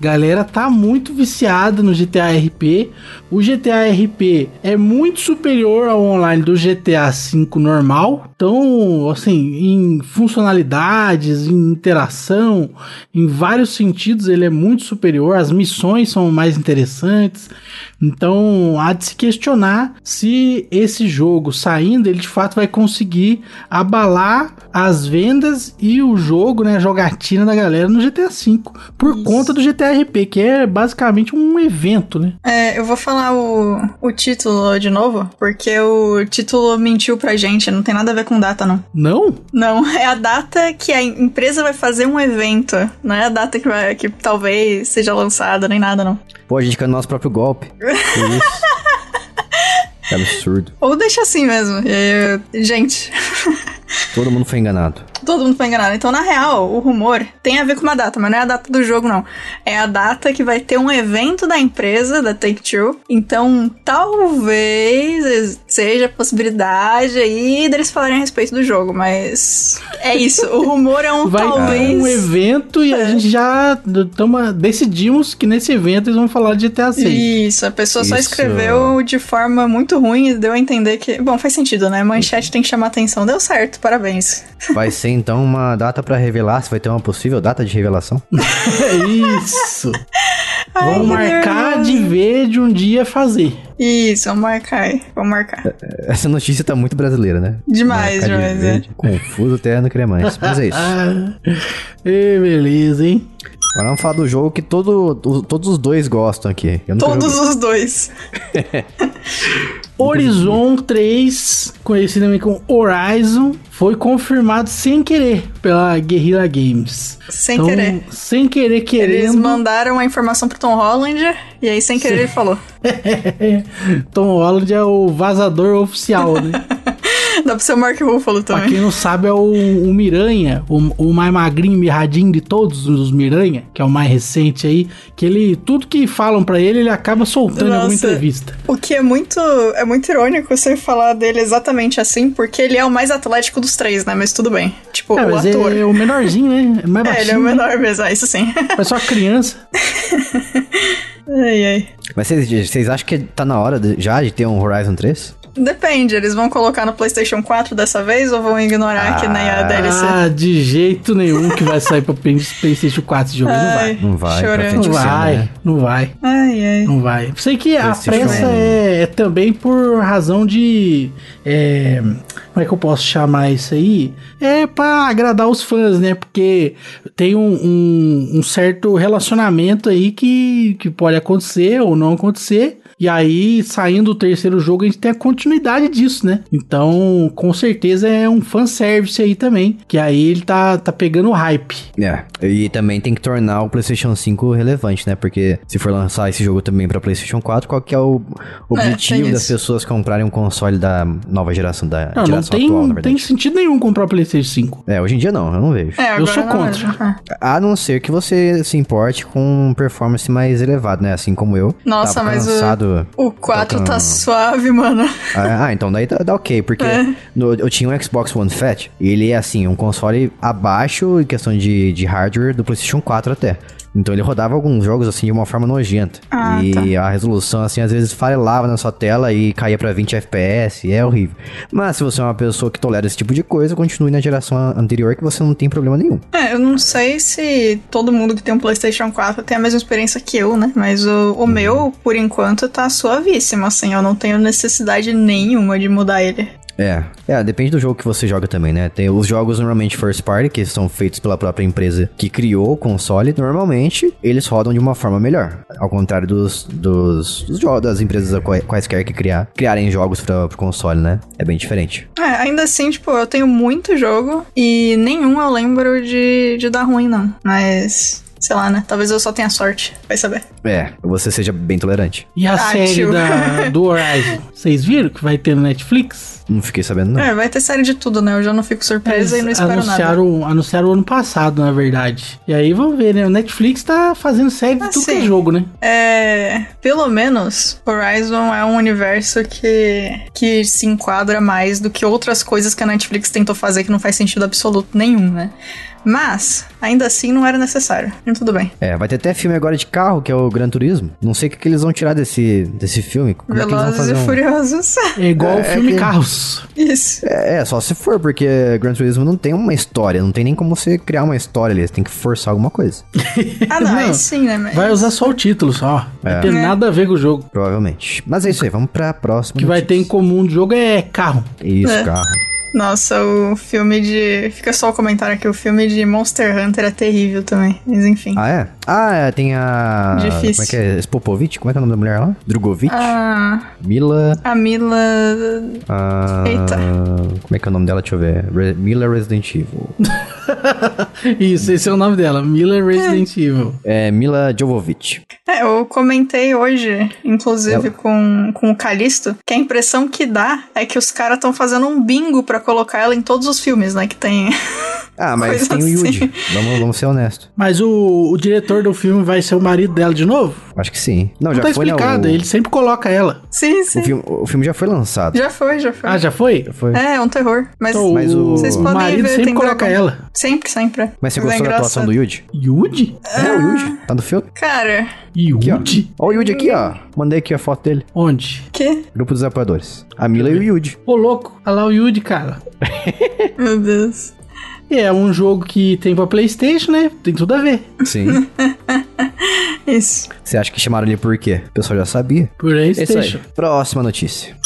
Galera tá muito viciada no GTA RP. O GTA RP é muito superior ao online do GTA V normal. Então, assim, em funcionalidades, em interação, em vários sentidos, ele é muito superior. As missões são mais interessantes. Então, há de se questionar se esse jogo saindo, ele de fato vai conseguir abalar as vendas e o jogo, né, a jogatina da galera no GTA V, por
Isso.
conta do GTA RP, que é basicamente um evento, né?
É, eu vou falar o, o título de novo, porque o título mentiu pra gente, não tem nada a ver com data, não.
Não?
Não, é a data que a empresa vai fazer um evento, não é a data que, vai, que talvez seja lançada, nem nada, não.
Pô, a gente caiu no nosso próprio golpe. Que isso? que absurdo.
Ou deixa assim mesmo. E aí, eu- gente,
Todo mundo foi enganado.
todo mundo foi enganado. Então, na real, o rumor tem a ver com uma data, mas não é a data do jogo, não. É a data que vai ter um evento da empresa, da Take-Two. Então, talvez seja a possibilidade aí deles falarem a respeito do jogo, mas é isso. O rumor é um
Vai ter
talvez. É.
um evento e a gente já tamo- decidimos que nesse evento eles vão falar de GTA VI.
Isso, a pessoa só
Isso.
escreveu de forma muito ruim e deu a entender que. Bom, faz sentido, né? Manchete tem que chamar atenção. Deu certo, parabéns.
Vai ser então uma data pra revelar, se vai ter uma possível data de revelação?
Isso.
Ai,
Vamos
que
marcar de
nervoso.
ver de um dia fazer.
Isso, vamos marcar aí. Vamos marcar.
Essa notícia tá muito brasileira, né?
Demais,
Marca de
demais, é.
verde, Confuso até no cremante. Mas é isso.
Ah, e beleza, hein?
Agora vamos falar do jogo que todo, o- todos os dois gostam aqui. Eu nunca
Todos
joguei.
os dois.
Horizon 3, conhecido também como Horizon, foi confirmado sem querer pela Guerrilla Games.
Sem
Então,
querer.
Sem querer,
Eles
querendo.
mandaram a informação pro Tom Holland e aí, sem querer, ele falou.
é, Tom Holland é o vazador oficial, né?
Dá pro seu Mark Ruffalo
pra
também.
quem não sabe, é o, o Miranha, o, o mais magrinho, mirradinho de todos os Miranha, que é o mais recente aí, que ele, tudo que falam pra ele, ele acaba soltando em alguma
Nossa.
entrevista.
O que é muito, é muito irônico você falar dele exatamente assim, porque ele é o mais atlético dos três, né? Mas tudo bem. Tipo,
É,
o
mas
ator.
ele é o menorzinho, né? É mais
É,
baixinho.
ele é o menor mesmo, ah, isso sim.
É só criança.
Ai, ai.
Mas vocês vocês acham que tá na hora de- já de ter um Horizon 3?
Depende, eles vão colocar no PlayStation 4 dessa vez ou vão ignorar que nem a DLC?
Ah, de jeito nenhum que vai sair pra PlayStation 4 de jogo. Não vai.
Ai,
Não vai,
Chorando.
pra
Não
frente. né?
vai, não vai.
Ai, ai.
Não vai. Sei que a
PlayStation
pressa
um.
é, é também por razão de. é, como é que eu posso chamar isso aí? É pra agradar os fãs, né? Porque tem um, um- um certo relacionamento aí que, que pode acontecer ou não acontecer. E aí, saindo o terceiro jogo, a gente tem a continuidade disso, né? Então, com certeza é um fanservice aí também. Que aí ele tá, tá pegando o hype.
É, e também tem que tornar o PlayStation 5 relevante, né? Porque se for lançar esse jogo também pra PlayStation 4, qual que é o objetivo
tem
das
isso.
pessoas comprarem um console da nova geração, da
Não, não
geração
tem,
atual, na
não tem
verdade?
sentido nenhum comprar o PlayStation 5.
É, hoje em dia não, eu não vejo.
É, agora
Eu sou
não
contra.
mesmo. Ah.
A não ser que você se importe com um performance mais elevada, né? Assim como eu.
Nossa,
Tava
mas o-
cansado.
O
Ah.
4 tá
Tocando.
suave, mano.
Ah, ah, então daí tá- dá ok, porque
É.
no- eu tinha um Xbox One Fat, e ele é assim, um console abaixo em questão de, de hardware do PlayStation 4 até. Então ele rodava alguns jogos assim de uma forma nojenta.
Ah,
e a resolução assim às vezes farelava na sua tela e caía pra 20 FPS, e é horrível. Mas se você é uma pessoa que tolera esse tipo de coisa, continue na geração an- anterior que você não tem problema nenhum.
É, eu não sei se todo mundo que tem um PlayStation 4 tem a mesma experiência que eu, né? Mas o, o meu, por enquanto, tá suavíssimo, assim. Eu não tenho necessidade nenhuma de mudar ele.
É, é, depende do jogo que você joga também, né? Tem os jogos normalmente first party, que são feitos pela própria empresa que criou o console, normalmente eles rodam de uma forma melhor. Ao contrário dos, dos, dos jogos, das empresas a qua- quaisquer que criar, criarem jogos para pro console, né? É bem diferente.
É, ainda assim, tipo, eu tenho muito jogo e nenhum eu lembro de, de dar ruim, não. Mas, sei lá, né? Talvez eu só tenha sorte, vai saber.
É, você seja bem tolerante.
E a
Ah,
série
tio.
da, do Horizon? Vocês viram que vai ter no Netflix?
Não fiquei sabendo, não.
É, vai ter série de tudo, né? Eu já não fico surpresa e não espero nada.
anunciaram, anunciaram ano passado, na verdade. E aí vamos ver, né? O Netflix tá fazendo série de
Ah,
tudo que é
sim.
jogo, né?
É, pelo menos Horizon é um universo que, que se enquadra mais do que outras coisas que a Netflix tentou fazer que não faz sentido absoluto nenhum, né? Mas, ainda assim, não era necessário. Então, tudo bem.
É, vai ter até filme agora de carro, que é o Gran Turismo. Não sei o que, que eles vão tirar desse, desse filme. Como é que eles vão
Velozes
fazer
e
um...
Furiosos.
É igual
É,
o
é
filme
que-
Carros.
Isso.
É, é, só se for, porque Gran Turismo não tem uma história, não tem nem como você criar uma história ali, você tem que forçar alguma coisa,
Ah, não,
Não,
aí sim, né? Mas...
Vai usar só o título, só. Não tem
É.
nada a ver com o jogo.
provavelmente. Mas é isso aí, vamos pra
O
próxima.
que vai ter em
notícia.
comum do jogo é carro.
Isso,
É.
carro.
Nossa, o filme de. Fica só o comentário aqui, o filme de Monster Hunter é terrível também. Mas enfim.
Ah, é? Ah, é, tem a...
Difícil.
Como é que é? Spopovic? Como é que é o nome da mulher lá? Drogovic?
Ah,
Mila...
a Mila.
ah,
Eita.
Como é que é o nome dela? Deixa eu ver. Re- Mila Resident Evil.
Isso, esse é o nome dela. Miller Resident Evil.
É, Mila Jovovich.
É, eu comentei hoje, inclusive,
Ela.
com, com o Calisto, que a impressão que dá é que os caras estão fazendo um bingo pra colocar ela em todos os filmes, né? Que tem.
Ah, mas
Coisa
tem o Yuji.
assim.
Vamos, vamos ser honestos.
Mas o, o diretor do filme vai ser o marido dela de novo?
Acho que sim. Não,
Não,
já
tá
foi, né,
explicado,
o...
ele sempre coloca ela.
Sim, sim.
O filme, o filme já foi lançado.
Já foi, já foi.
Ah, já foi?
Já foi.
É, é um terror. Mas
Então,
Mas o-
o,
Vocês
o
podem
marido
ver,
sempre
tem
coloca
dragão.
ela.
sempre, sempre.
Mas você
Mas é
gostou da atuação
engraçado. Ah.
do Yuji?
Yudi?
É, o Yuji. Tá no filme?
Cara,
Aqui, ó.
Yudi?
Ó o Yudi aqui, ó. Mandei aqui a foto dele.
Onde?
que?
Grupo dos apoiadores. A Mila e o Yudi.
Ô, louco. Olha lá o Yudi, cara.
Meu Deus.
É um jogo que tem pra Playstation, né? Tem tudo a ver.
Sim.
Isso.
Você acha que chamaram ele por quê? O pessoal já sabia.
Por
É isso
Playstation.
aí. Próxima notícia.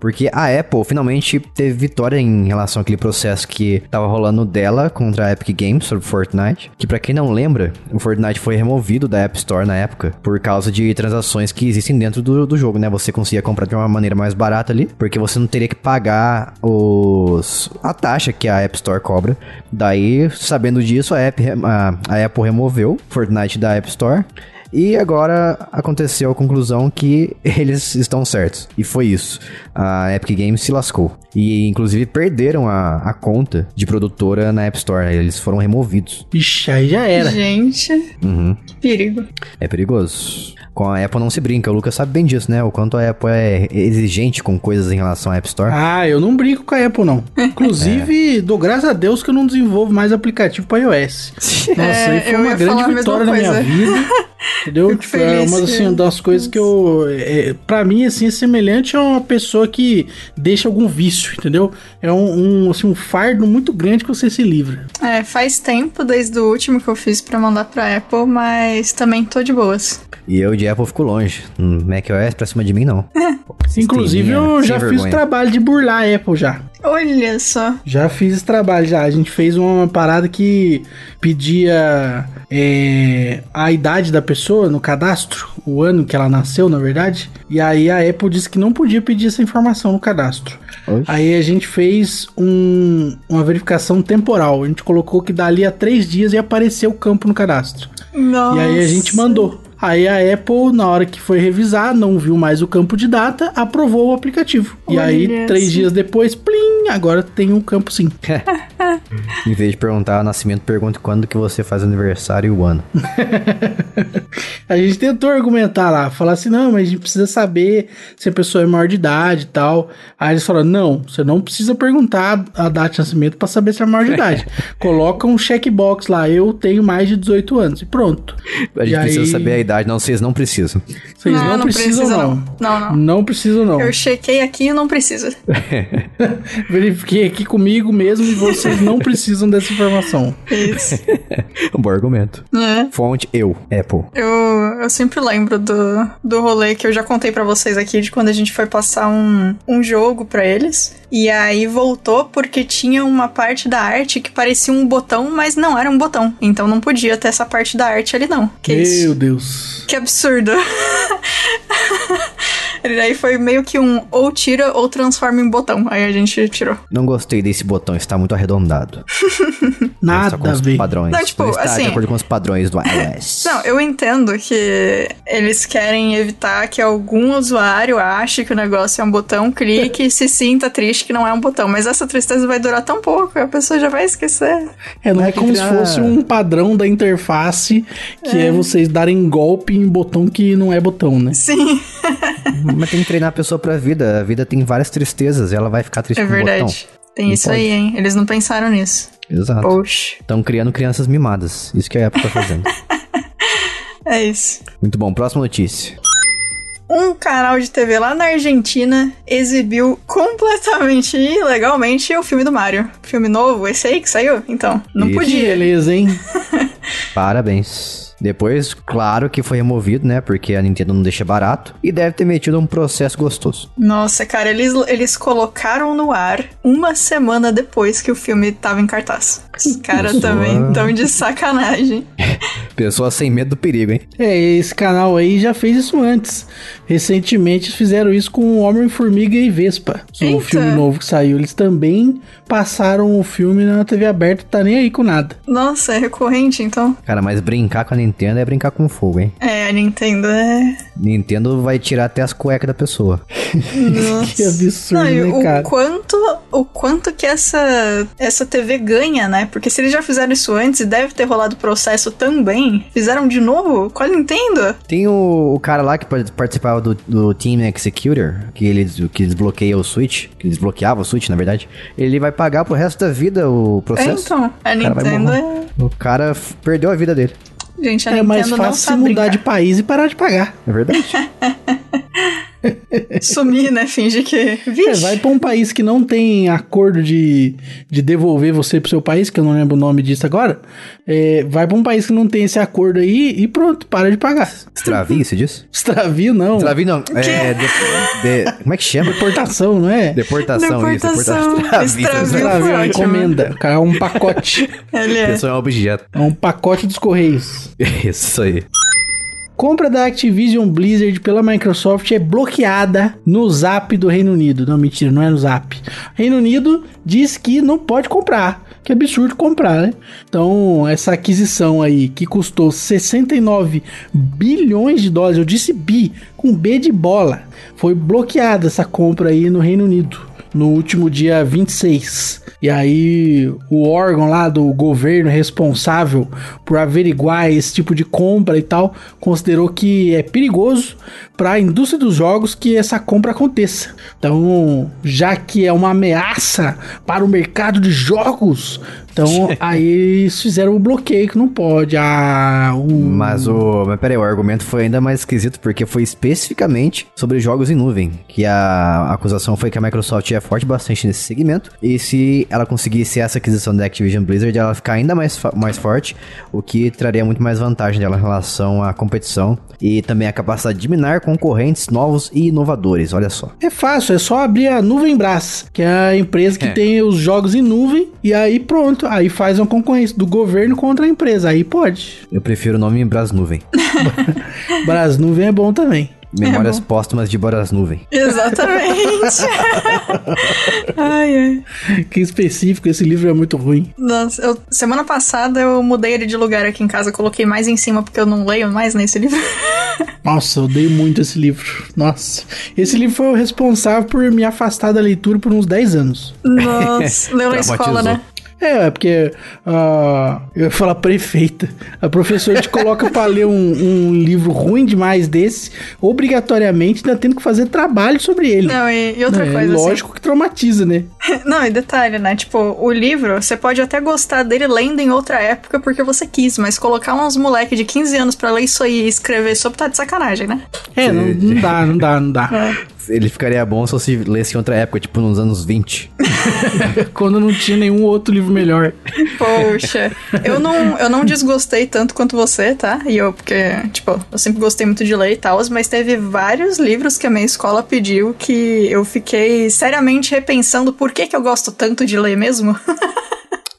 Porque a Apple finalmente teve vitória em relação àquele processo que tava rolando dela contra a Epic Games sobre Fortnite. Que pra quem não lembra, o Fortnite foi removido da App Store na época por causa de transações que existem dentro do, do jogo, né? Você conseguia comprar de uma maneira mais barata ali, porque você não teria que pagar os, a taxa que a App Store cobra. Daí, sabendo disso, a, App, re- a, a Apple removeu Fortnite da App Store. E agora aconteceu a conclusão que eles estão certos. E foi isso. A Epic Games se lascou. E inclusive perderam a, a conta de produtora na App Store. Eles foram removidos.
Ixi, aí já era.
Gente,
Uhum.
que perigo.
É perigoso. Com a Apple não se brinca, o Lucas sabe bem disso, né? O quanto a Apple é exigente com coisas em relação à App Store.
Ah, eu não brinco com a Apple, não.
É.
Inclusive, dou graças a Deus que eu não desenvolvo mais aplicativo para iOS. Nossa,
É,
aí foi
eu
uma
ia
grande
falar a mesma
vitória na minha
coisa.
vida. Entendeu?
Fico
Tipo, é
feliz
uma
que-
assim, uma das coisas que eu. É, para mim, assim, é semelhante a uma pessoa que deixa algum vício, entendeu? É um, um, assim, um fardo muito grande que você se livra.
É, faz tempo desde o último que eu fiz pra mandar pra Apple, mas também tô de boas.
E eu de Apple fico longe. Hum, macOS pra cima de mim, não. é.
Inclusive, eu
Sem
já fiz o
vergonha.
trabalho de burlar a Apple já.
Olha só.
Já fiz esse trabalho, já. A gente fez uma parada que pedia é, a idade da pessoa no cadastro, o ano que ela nasceu, na verdade. E aí a Apple disse que não podia pedir essa informação no cadastro.
Oxe.
Aí a gente fez um- uma verificação temporal. A gente colocou que dali a três dias ia aparecer o campo no cadastro.
Nossa.
E aí a gente mandou. Aí a Apple, na hora que foi revisar, não viu mais o campo de data, aprovou o aplicativo. e
Olha
aí, três
só.
dias depois, plim, agora tem um campo sim.
Em vez de perguntar o nascimento, pergunta quando que você faz aniversário e o ano.
A gente tentou argumentar lá, falar assim, não, mas a gente precisa saber se a pessoa é maior de idade e tal. Aí eles falaram, não, você não precisa perguntar a data de nascimento pra saber se é maior de idade. Coloca um checkbox lá, eu tenho mais de 18 anos e pronto.
A gente
E
precisa
aí-
saber a idade, não, vocês não precisam.
Vocês não, precisam
precisa,
não.
Não, não.
Não, precisam não.
Eu chequei aqui e não precisa.
Verifiquei aqui comigo mesmo e vocês não precisam dessa informação.
Isso.
Um bom argumento.
né?
Fonte, eu, Apple.
Eu, eu sempre lembro do, do rolê que eu já contei pra vocês aqui, de quando a gente foi passar um, um jogo pra eles. E aí voltou porque tinha uma parte da arte que parecia um botão, mas não era um botão. Então não podia ter essa parte da arte ali, não. Que é
Meu
isso?
Deus.
Que absurdo. E aí foi meio que um ou tira ou transforma em botão. Aí a gente tirou.
Não gostei desse botão, está muito arredondado. Não
Nada
está com
a
os
ver.
padrões.
Não, tipo,
está
assim-
de acordo com os padrões do iOS.
Não, eu entendo que eles querem evitar que algum usuário ache que o negócio é um botão, clique e se sinta triste que não é um botão. Mas essa tristeza vai durar tão pouco, a pessoa já vai esquecer.
É, não
Vai
é como se
criar-
fosse um padrão da interface que é. vocês darem golpe em botão que não é botão, né?
Sim,
Mas tem que treinar a pessoa pra vida. A vida tem várias tristezas e ela vai ficar triste
é
com o
verdade. Tem
Não
isso
pode.
aí, hein? Eles não pensaram nisso.
botão. Exato.
Poxa,
Estão criando crianças mimadas. Isso que a Apple tá fazendo.
é isso.
muito bom, próxima notícia.
Um canal de TV lá na Argentina exibiu completamente ilegalmente o filme do Mario. Filme novo, esse aí que saiu? Então, não
Isso.
Que
podia.
beleza, hein?
Parabéns. Depois, claro que foi removido, né? Porque a Nintendo não deixa barato. E deve ter metido um processo gostoso.
Nossa, cara, eles, eles colocaram no ar uma semana depois que o filme tava em cartaz. Os caras
Nossa.
também tão de sacanagem.
Pessoa sem medo do perigo, hein?
É, esse canal aí já fez isso antes. Recentemente fizeram isso com o Homem-Formiga e Vespa.
Eita.
O filme novo que saiu. Eles também passaram o filme na TV aberta, tá nem aí com nada.
Nossa, é recorrente, então.
Cara, mas brincar com a Nintendo é brincar com fogo, hein?
É, a Nintendo é.
Nintendo vai tirar até as cuecas da pessoa.
Nossa.
Que absurdo,
Não, e
né,
o
cara?
quanto, o quanto que essa, essa TV ganha, né? Porque se eles já fizeram isso antes e deve ter rolado processo também, fizeram de novo com a Nintendo? É,
Tem o, o cara lá que par- participava do, do Team Executor, que ele des- que desbloqueia o Switch, que desbloqueava o Switch, na verdade. Ele vai pagar pro resto da vida o
É,
processo.
então. A
cara vai
Nintendo é.
morrer. O cara f- perdeu a vida dele.
Gente, a
É
Nintendo
mais
não
fácil se
sabe
mudar
brincar.
de país e parar de pagar.
É verdade.
Sumir, né? Fingir que.
É,
Vixe.
vai pra um país que não tem acordo de, de devolver você pro seu país, que eu não lembro o nome disso agora. É, vai pra um país que não tem esse acordo aí e pronto, para de pagar.
Extravio, você diz?
Extravio não.
Extravio não. É, de- de- como é que chama?
Deportação, não é?
Deportação,
Deportação.
isso. Extravio. né?
Extravio.
extravio.
Extravio é uma
ótimo.
encomenda. Cara, é um pacote.
Ele é.
Pessoa é um objeto.
É um pacote dos Correios.
Isso aí.
Compra da Activision Blizzard pela Microsoft é bloqueada no Zap do Reino Unido. Não, mentira, não é no Zap. Reino Unido diz que não pode comprar. Que absurdo comprar, né? Então, essa aquisição aí que custou 69 bilhões de dólares, eu disse bi, com B de bola, foi bloqueada essa compra aí no Reino Unido. no último dia 26. E aí o órgão lá do governo responsável por averiguar esse tipo de compra e tal considerou que é perigoso para a indústria dos jogos que essa compra aconteça. Então, já que é uma ameaça para o mercado de jogos, então aí eles fizeram o bloqueio que não pode. Ah, o...
Mas o. Mas peraí, o argumento foi ainda mais esquisito, porque foi especificamente sobre jogos em nuvem. Que a acusação foi que a Microsoft é forte bastante nesse segmento. E se ela conseguisse essa aquisição da Activision Blizzard, ela ficar ainda mais, fa- mais forte, o que traria muito mais vantagem dela em relação à competição e também a capacidade de minar concorrentes novos e inovadores. Olha só.
É fácil, é só abrir a Nuvem Brás, que é a empresa que
É.
tem os jogos em nuvem, e aí pronto, aí faz uma concorrência do governo contra a empresa, aí pode.
Eu prefiro o nome Brasnuvem.
Brasnuvem é bom também.
Memórias póstumas de Brasnuvem.
Exatamente. ai, ai.
Que específico, esse livro é muito ruim.
Nossa, eu- semana passada eu mudei ele de lugar aqui em casa, eu coloquei mais em cima porque eu não leio mais nesse livro.
Nossa, eu odeio muito esse livro. Nossa. Esse livro foi o responsável por me afastar da leitura por uns 10 anos.
Nossa, leu na escola, né?
É, porque ah, eu ia falar prefeita. A professora te coloca pra ler um, um livro ruim demais desse, obrigatoriamente ainda tendo que fazer trabalho sobre ele.
Não, e, e outra
É,
coisa, assim,
lógico que traumatiza, né?
Não, e detalhe, né? Tipo, o livro, você pode até gostar dele lendo em outra época porque você quis, mas colocar uns moleque de 15 anos pra ler isso aí e escrever sobre tá de sacanagem, né?
É, não, não dá, não dá, não dá.
Ele ficaria bom se você lesse em outra época, tipo nos anos 20.
Quando não tinha nenhum outro livro melhor.
Poxa, eu não, eu não desgostei tanto quanto você, tá? E eu, porque, tipo, eu sempre gostei muito de ler e tal, mas teve vários livros que a minha escola pediu que eu fiquei seriamente repensando por que, que eu gosto tanto de ler mesmo.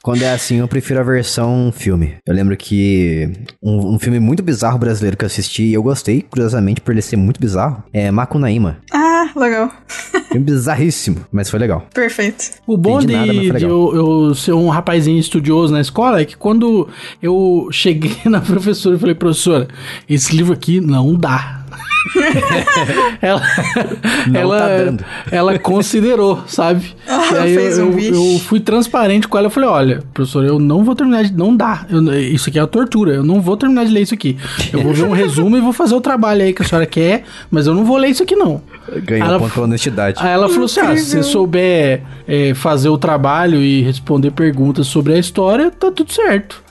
Quando é assim, eu prefiro a versão filme. Eu lembro que um, um filme muito bizarro brasileiro que eu assisti e eu gostei, curiosamente, por ele ser muito bizarro, é Macunaíma.
ah, legal.
Filme bizarríssimo, mas foi legal.
Perfeito.
O bom de,
Entendi nada, mas foi
de
legal.
eu, eu ser um rapazinho estudioso na escola é que quando eu cheguei na professora e falei, professora, esse livro aqui não dá. ela,
Não
ela,
tá dando.
ela considerou, sabe?
Ah,
E aí
fez
eu,
um
eu-
bicho.
eu fui transparente com ela. Eu falei: olha, professora, eu não vou terminar de. Não dá. Eu- isso aqui é uma tortura. Eu não vou terminar de ler isso aqui. Eu vou ver um resumo e vou fazer o trabalho aí que a senhora quer, mas eu não vou ler isso aqui, não.
Ganhou
Ela-
ponto pela honestidade.
Aí ela falou assim: ah, se você souber é, fazer o trabalho e responder perguntas sobre a história, tá tudo certo.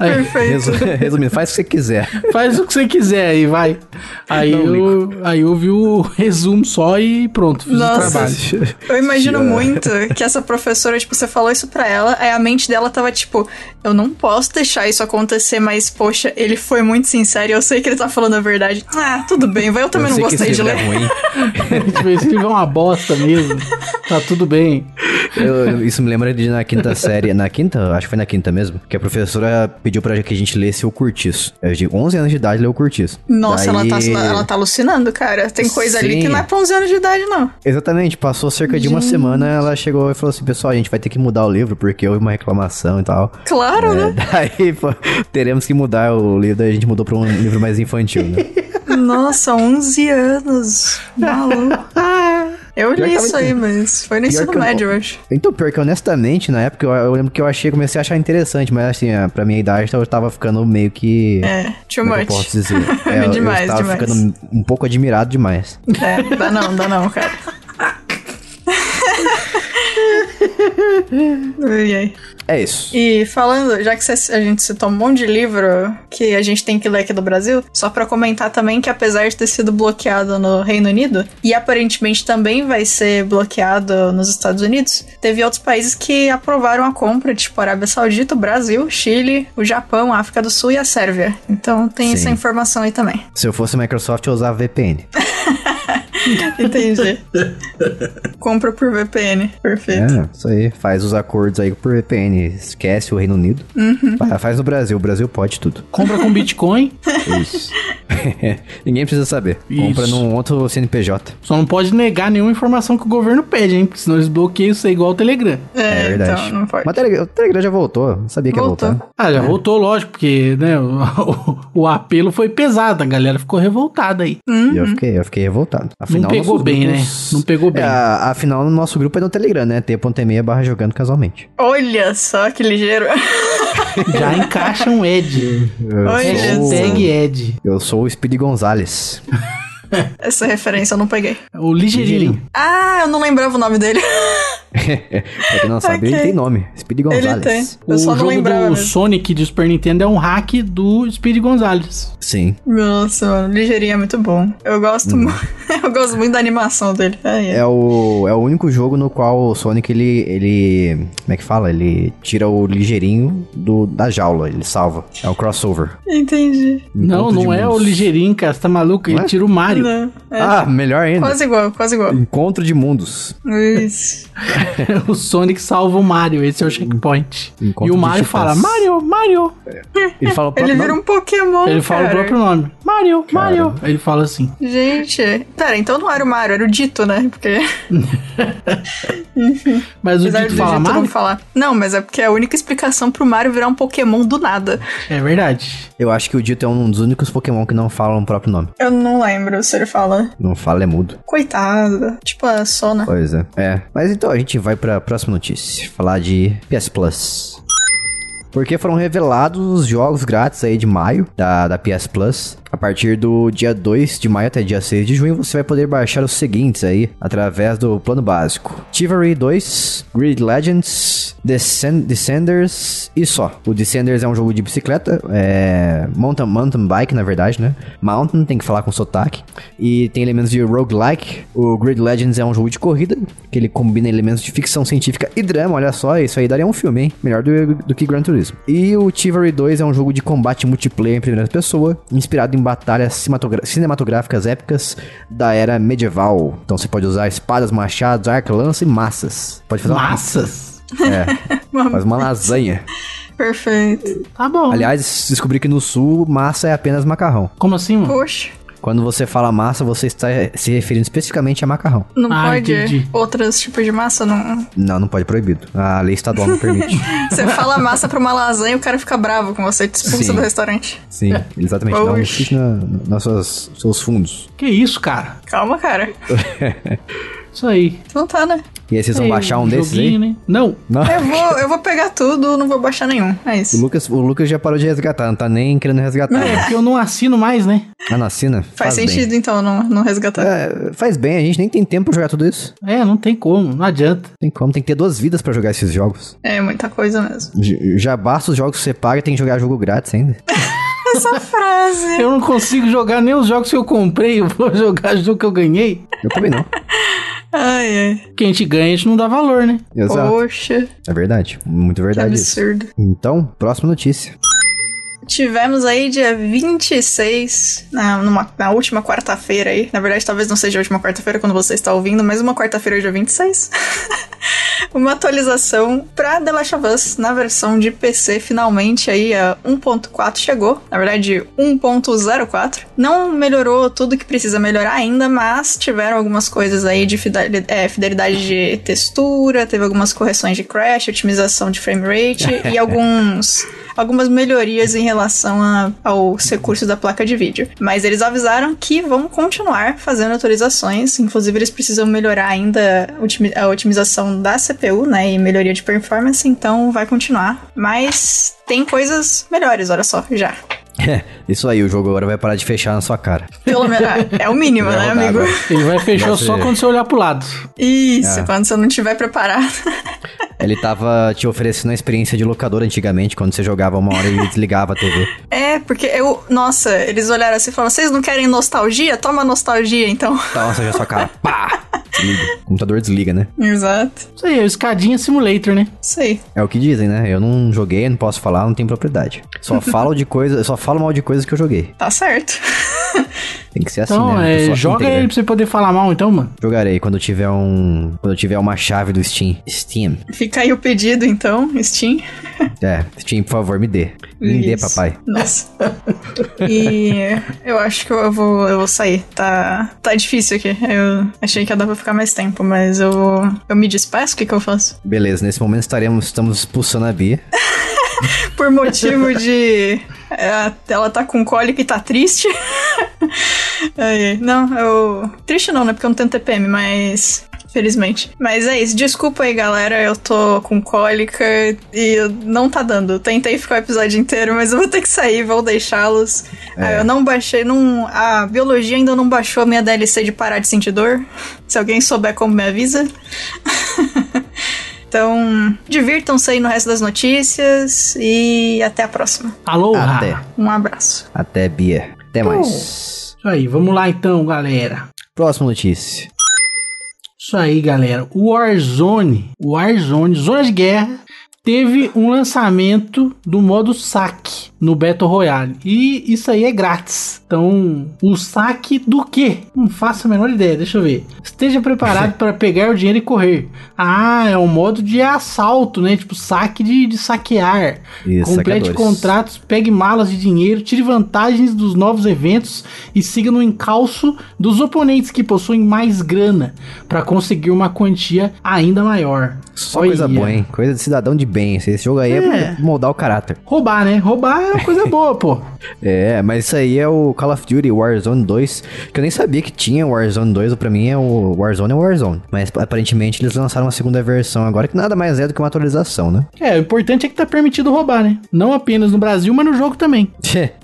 É,
Aí,
é Perfeito.
Resu- Resumindo, faz o que você quiser.
faz o que você quiser aí, vai. Aí,
Não,
eu, aí eu vi o resumo só e pronto, fiz
Nossa.
o trabalho.
Eu imagino
Yeah.
muito que essa professora, tipo, você falou isso pra ela, aí a mente dela tava tipo, eu não posso deixar isso acontecer, mas poxa, ele foi muito sincero e eu sei que ele tá falando a verdade. Ah, tudo bem, vai, eu também
eu
não
sei que
gostei
esse
de
livro
ler.
é ruim.
tipo, esse livro é uma bosta mesmo. Tá tudo bem.
Eu- isso me lembra de na quinta série, na quinta, acho que foi na quinta mesmo, que a professora pediu pra que a gente lesse o Curtiço. Eu de 11 anos de idade leu o Curtiço.
Nossa,
Daí-
ela, tá, ela tá alucinando, cara. Tem coisa ali que
Sim.
não é pra 11 anos de idade, não.
Exatamente, passou cerca de uma semana, ela chegou e falou assim, pessoal, a gente vai ter que mudar o livro porque houve uma reclamação e tal.
Claro,
É,
né?
daí pô, teremos que mudar o livro, daí a gente mudou pra um livro mais infantil, né?
Nossa, 11 anos. Maluco. Eu
Pior
li
que tava
isso aí, mas foi no
Pior
ensino
que eu-
médio, eu acho.
Então, pior que honestamente, na época eu, eu lembro que eu achei, comecei a achar interessante, mas assim, ah, pra minha idade eu tava ficando meio que.
É, too
como é que
much.
eu posso dizer? É, eu-
Demais,
eu tava
demais.
ficando um pouco admirado demais.
É, dá não, dá não, cara. Ai, ai.
É isso.
E falando, já que cê- a gente citou um monte de livro que a gente tem que ler aqui do Brasil, só pra comentar também que apesar de ter sido bloqueado no Reino Unido, e aparentemente também vai ser bloqueado nos Estados Unidos, teve outros países que aprovaram a compra, tipo Arábia Saudita, o Brasil, Chile, o Japão, a África do Sul e a Sérvia. Então tem
Sim.
essa informação aí também.
Se eu fosse Microsoft, eu usava VPN.
Entendi. Compra por VPN. Perfeito.
É, isso aí. Faz os acordos aí por VPN. Esquece o Reino Unido.
Uhum.
Fa- Faz no Brasil. O Brasil pode tudo.
Compra com Bitcoin,
Isso. Ninguém precisa saber. Compra
Isso.
num outro CNPJ.
só não pode negar nenhuma informação que o governo pede, hein? Porque senão eles bloqueiam isso aí igual o Telegram.
É,
É, verdade.
então não pode.
Mas o Telegram- o Telegram já voltou. Não sabia que
Voltou.
ia voltar.
Ah, já voltou, lógico, porque né, o, o apelo foi pesado, a galera ficou revoltada aí.
Uhum.
E eu fiquei, eu fiquei revoltado. Afinal,
não pegou
nossos
bem, né?
grupos-
Não pegou bem.
É, a- afinal, o nosso grupo é no Telegram, né? T.me barra jogando casualmente.
Olha só que ligeiro.
Já encaixa um Ed.
Eu
Olha
sou, um-
Hashtag Ed.
eu sou o Speedy Gonzalez.
Essa referência eu não peguei.
O ligeirinho.
Ah, eu não lembrava o nome dele.
Então
pra quem não sabe, ele
Ok.
tem nome. Speedy
Ele
Gonzalez.
tem. Eu
O
só não
jogo
lembrava. né?
do
mesmo.
Sonic de Super Nintendo é um hack do Speed Gonzalez.
Sim.
Nossa, mano, ligeirinho é muito bom. Eu gosto,
Hum.
mu- eu gosto muito da animação dele. Ai, ai.
É o, é o único jogo no qual o Sonic, ele, ele... Como é que fala? Ele tira o ligeirinho do, da jaula, ele salva. É o crossover.
Entendi.
Não,
Encontro Um de
não é o
mundos.
ligeirinho, cara. Você tá maluco?
Não
Ele
é?
tira o Mario.
Não, é
Ah, melhor ainda.
quase igual, quase igual.
Encontro de mundos.
Isso.
o Sonic salva o Mario. Esse é o checkpoint.
Encontro
e o
de
Mario
titãs.
fala: Mario, Mario.
Ele fala o próprio
Ele vira
nome.
um Pokémon.
Ele fala
cara.
o próprio nome: Mario, Mario. Ele fala assim.
Gente, pera, então não era o Mario, era o Dito, né? Porque
Mas o
apesar
Dito
do Dito
fala:
não
Mario?
falar. Não, mas é porque é a única explicação pro Mario virar um Pokémon do nada.
É verdade.
Eu acho que o Dito é um dos únicos Pokémon que não falam o próprio nome.
Eu não lembro se ele fala.
Não fala, é mudo.
Coitado. Tipo a Sona.
Pois é. É. Mas então a gente vai pra próxima notícia. Falar de PS Plus. Porque foram revelados os jogos grátis aí de maio, da, da PS Plus. A partir do dia 2 de maio até dia 6 de junho, você vai poder baixar os seguintes aí, através do plano básico. Chivalry 2, Grid Legends, Descend Descenders e só. O Descenders é um jogo de bicicleta, é... Mountain, mountain Bike, na verdade, né? Mountain, tem que falar com sotaque. E tem elementos de roguelike. O Grid Legends é um jogo de corrida, que ele combina elementos de ficção científica e drama, olha só, isso aí daria um filme, hein? Melhor do, do que Gran Turismo. E o Chivalry 2 é um jogo de combate multiplayer em primeira pessoa, inspirado em batalhas cinematogra- cinematográficas épicas da era medieval. Então você pode usar espadas, machados, arco, lança e massas. Pode fazer uma,
Massas.
faz uma lasanha.
Perfeito.
Tá bom.
Aliás, descobri que no sul, massa é apenas macarrão.
Como assim, mano?
Poxa,
Quando você fala massa, você está se referindo especificamente a macarrão.
não
Ah,
pode
entendi.
outros tipos de massa, não.
Não, não pode é proibido. A lei estadual não permite.
Você fala massa pra uma lasanha e o cara fica bravo com você, te expulsa
Sim.
do restaurante.
Sim, exatamente. Dá um
Oxi.
chute na, nas suas- seus fundos.
Que isso, cara?
Calma, cara.
Isso aí.
Então tá, né?
E aí vocês vão
Ei,
baixar um desses aí?
joguinho, né? Não.
Não.
Eu vou, eu vou pegar tudo, não vou baixar nenhum.
O
É isso.
Lucas, o Lucas já parou de resgatar, não tá nem querendo resgatar.
É porque eu não assino mais, né?
Ah, não, assina.
Faz,
bem.
sentido, então, não, não resgatar.
É, faz bem, a gente nem tem tempo pra jogar tudo isso.
É, não tem como, não adianta.
Tem como, tem que ter duas vidas pra jogar esses jogos.
É muita coisa mesmo.
J- Já basta os jogos que você paga, tem que jogar jogo grátis ainda.
Essa frase.
Eu não consigo jogar nem os jogos que eu comprei, eu vou jogar o jogo que eu ganhei.
Eu também não.
Ai, ai.
Quem te ganha, a gente não dá valor, né?
Exato.
Poxa,
É verdade, muito
que
verdade isso.
absurdo.
Então, próxima notícia.
Tivemos aí dia 26, na, numa- na última quarta-feira aí. Na verdade, talvez não seja a última quarta-feira quando você está ouvindo, mas uma quarta-feira, dia 26. uma atualização pra The Last of Us na versão de PC, finalmente aí a 1.4 chegou. Na verdade, 1.04. Não melhorou tudo que precisa melhorar ainda, mas tiveram algumas coisas aí de fideli- é, fidelidade de textura, teve algumas correções de crash, otimização de frame rate e alguns algumas melhorias em relação a- aos recursos da placa de vídeo. Mas eles avisaram que vão continuar fazendo atualizações, inclusive eles precisam melhorar ainda otimi- a otimização da CPU, né, e melhoria de performance, então vai continuar. Mas tem coisas melhores, olha só, já.
Isso aí, o jogo agora vai parar de fechar na sua cara.
Pelo menos é o mínimo,
Vai
né,
rodar
amigo?
agora.
Ele vai fechar
Nossa,
só
é.
quando você olhar pro lado.
Isso,
Ah.
quando você não tiver preparado.
Ele tava te oferecendo a experiência de locador antigamente, quando você jogava uma hora e desligava a TV.
É, porque eu, nossa, eles olharam assim e falaram: "Vocês não querem nostalgia? Toma nostalgia então".
Tá, nossa, já sua cara. Pá! Desliga. O computador desliga, né?
Exato.
Isso aí, é o escadinha simulator, né?
Isso aí.
É o que dizem, né? Eu não joguei, não posso falar, não tenho propriedade. Só falo de coisa, só falo mal de coisas que eu joguei.
Tá certo.
Tem que ser assim,
Então,
né?
é,
Pessoa
joga
íntegra.
ele pra você poder falar mal, então, mano.
Jogarei quando eu tiver um, quando eu tiver uma chave do Steam. Steam.
Fica aí o pedido, então, Steam.
É, Steam, por favor, me dê. Me dê,
Isso.
papai.
Nossa. e eu acho que eu vou, eu vou sair. Tá, tá difícil aqui. Eu achei que ia dar pra ficar mais tempo, mas eu vou. Eu me despeço? O que, que eu faço?
Beleza, nesse momento estaremos estamos expulsando a Bia.
Por motivo de. é, Ela tá com cólica e tá triste. Aí, não, eu. Triste não, né? Porque eu não tenho TPM, mas. felizmente. Mas é isso. Desculpa aí, galera. Eu tô com cólica e não tá dando. Eu tentei ficar o episódio inteiro, mas eu vou ter que sair, vou deixá-los.
É.
Ah, eu não baixei, não. A biologia ainda não baixou a minha DLC de parar de sentir dor. Se alguém souber como, me avisa. então, divirtam-se aí no resto das notícias e até a próxima.
Alô?
Ah, Até.
Isso
Um abraço.
Até, Bia. Até
Então,
mais.
aí, vamos lá então, galera.
Próxima notícia.
Isso aí, galera. O Warzone, o Warzone, Zona de Guerra, teve um lançamento do modo saque no Battle Royale. E isso aí é grátis. Então, o saque do quê? Não faço a menor ideia, deixa eu ver. Esteja preparado para pegar o dinheiro e correr. Ah, é um modo de assalto, né? Tipo, saque de, de saquear.
Isso,
Complete
saqueadores.
contratos, pegue malas de dinheiro, tire vantagens dos novos eventos e siga no encalço dos oponentes que possuem mais grana para conseguir uma quantia ainda maior.
Só
Olha.
coisa boa, hein? Coisa de cidadão de bem. Esse esse jogo aí é,
É.
pra moldar o caráter.
Roubar, né? Roubar é uma coisa boa, pô.
É, mas isso aí é o Call of Duty Warzone 2, que eu nem sabia que tinha Warzone 2, pra mim é o Warzone é o Warzone. Mas aparentemente eles lançaram uma segunda versão agora, que nada mais é do que uma atualização, né?
É, o importante é que tá permitido roubar, né? Não apenas no Brasil, mas no jogo também.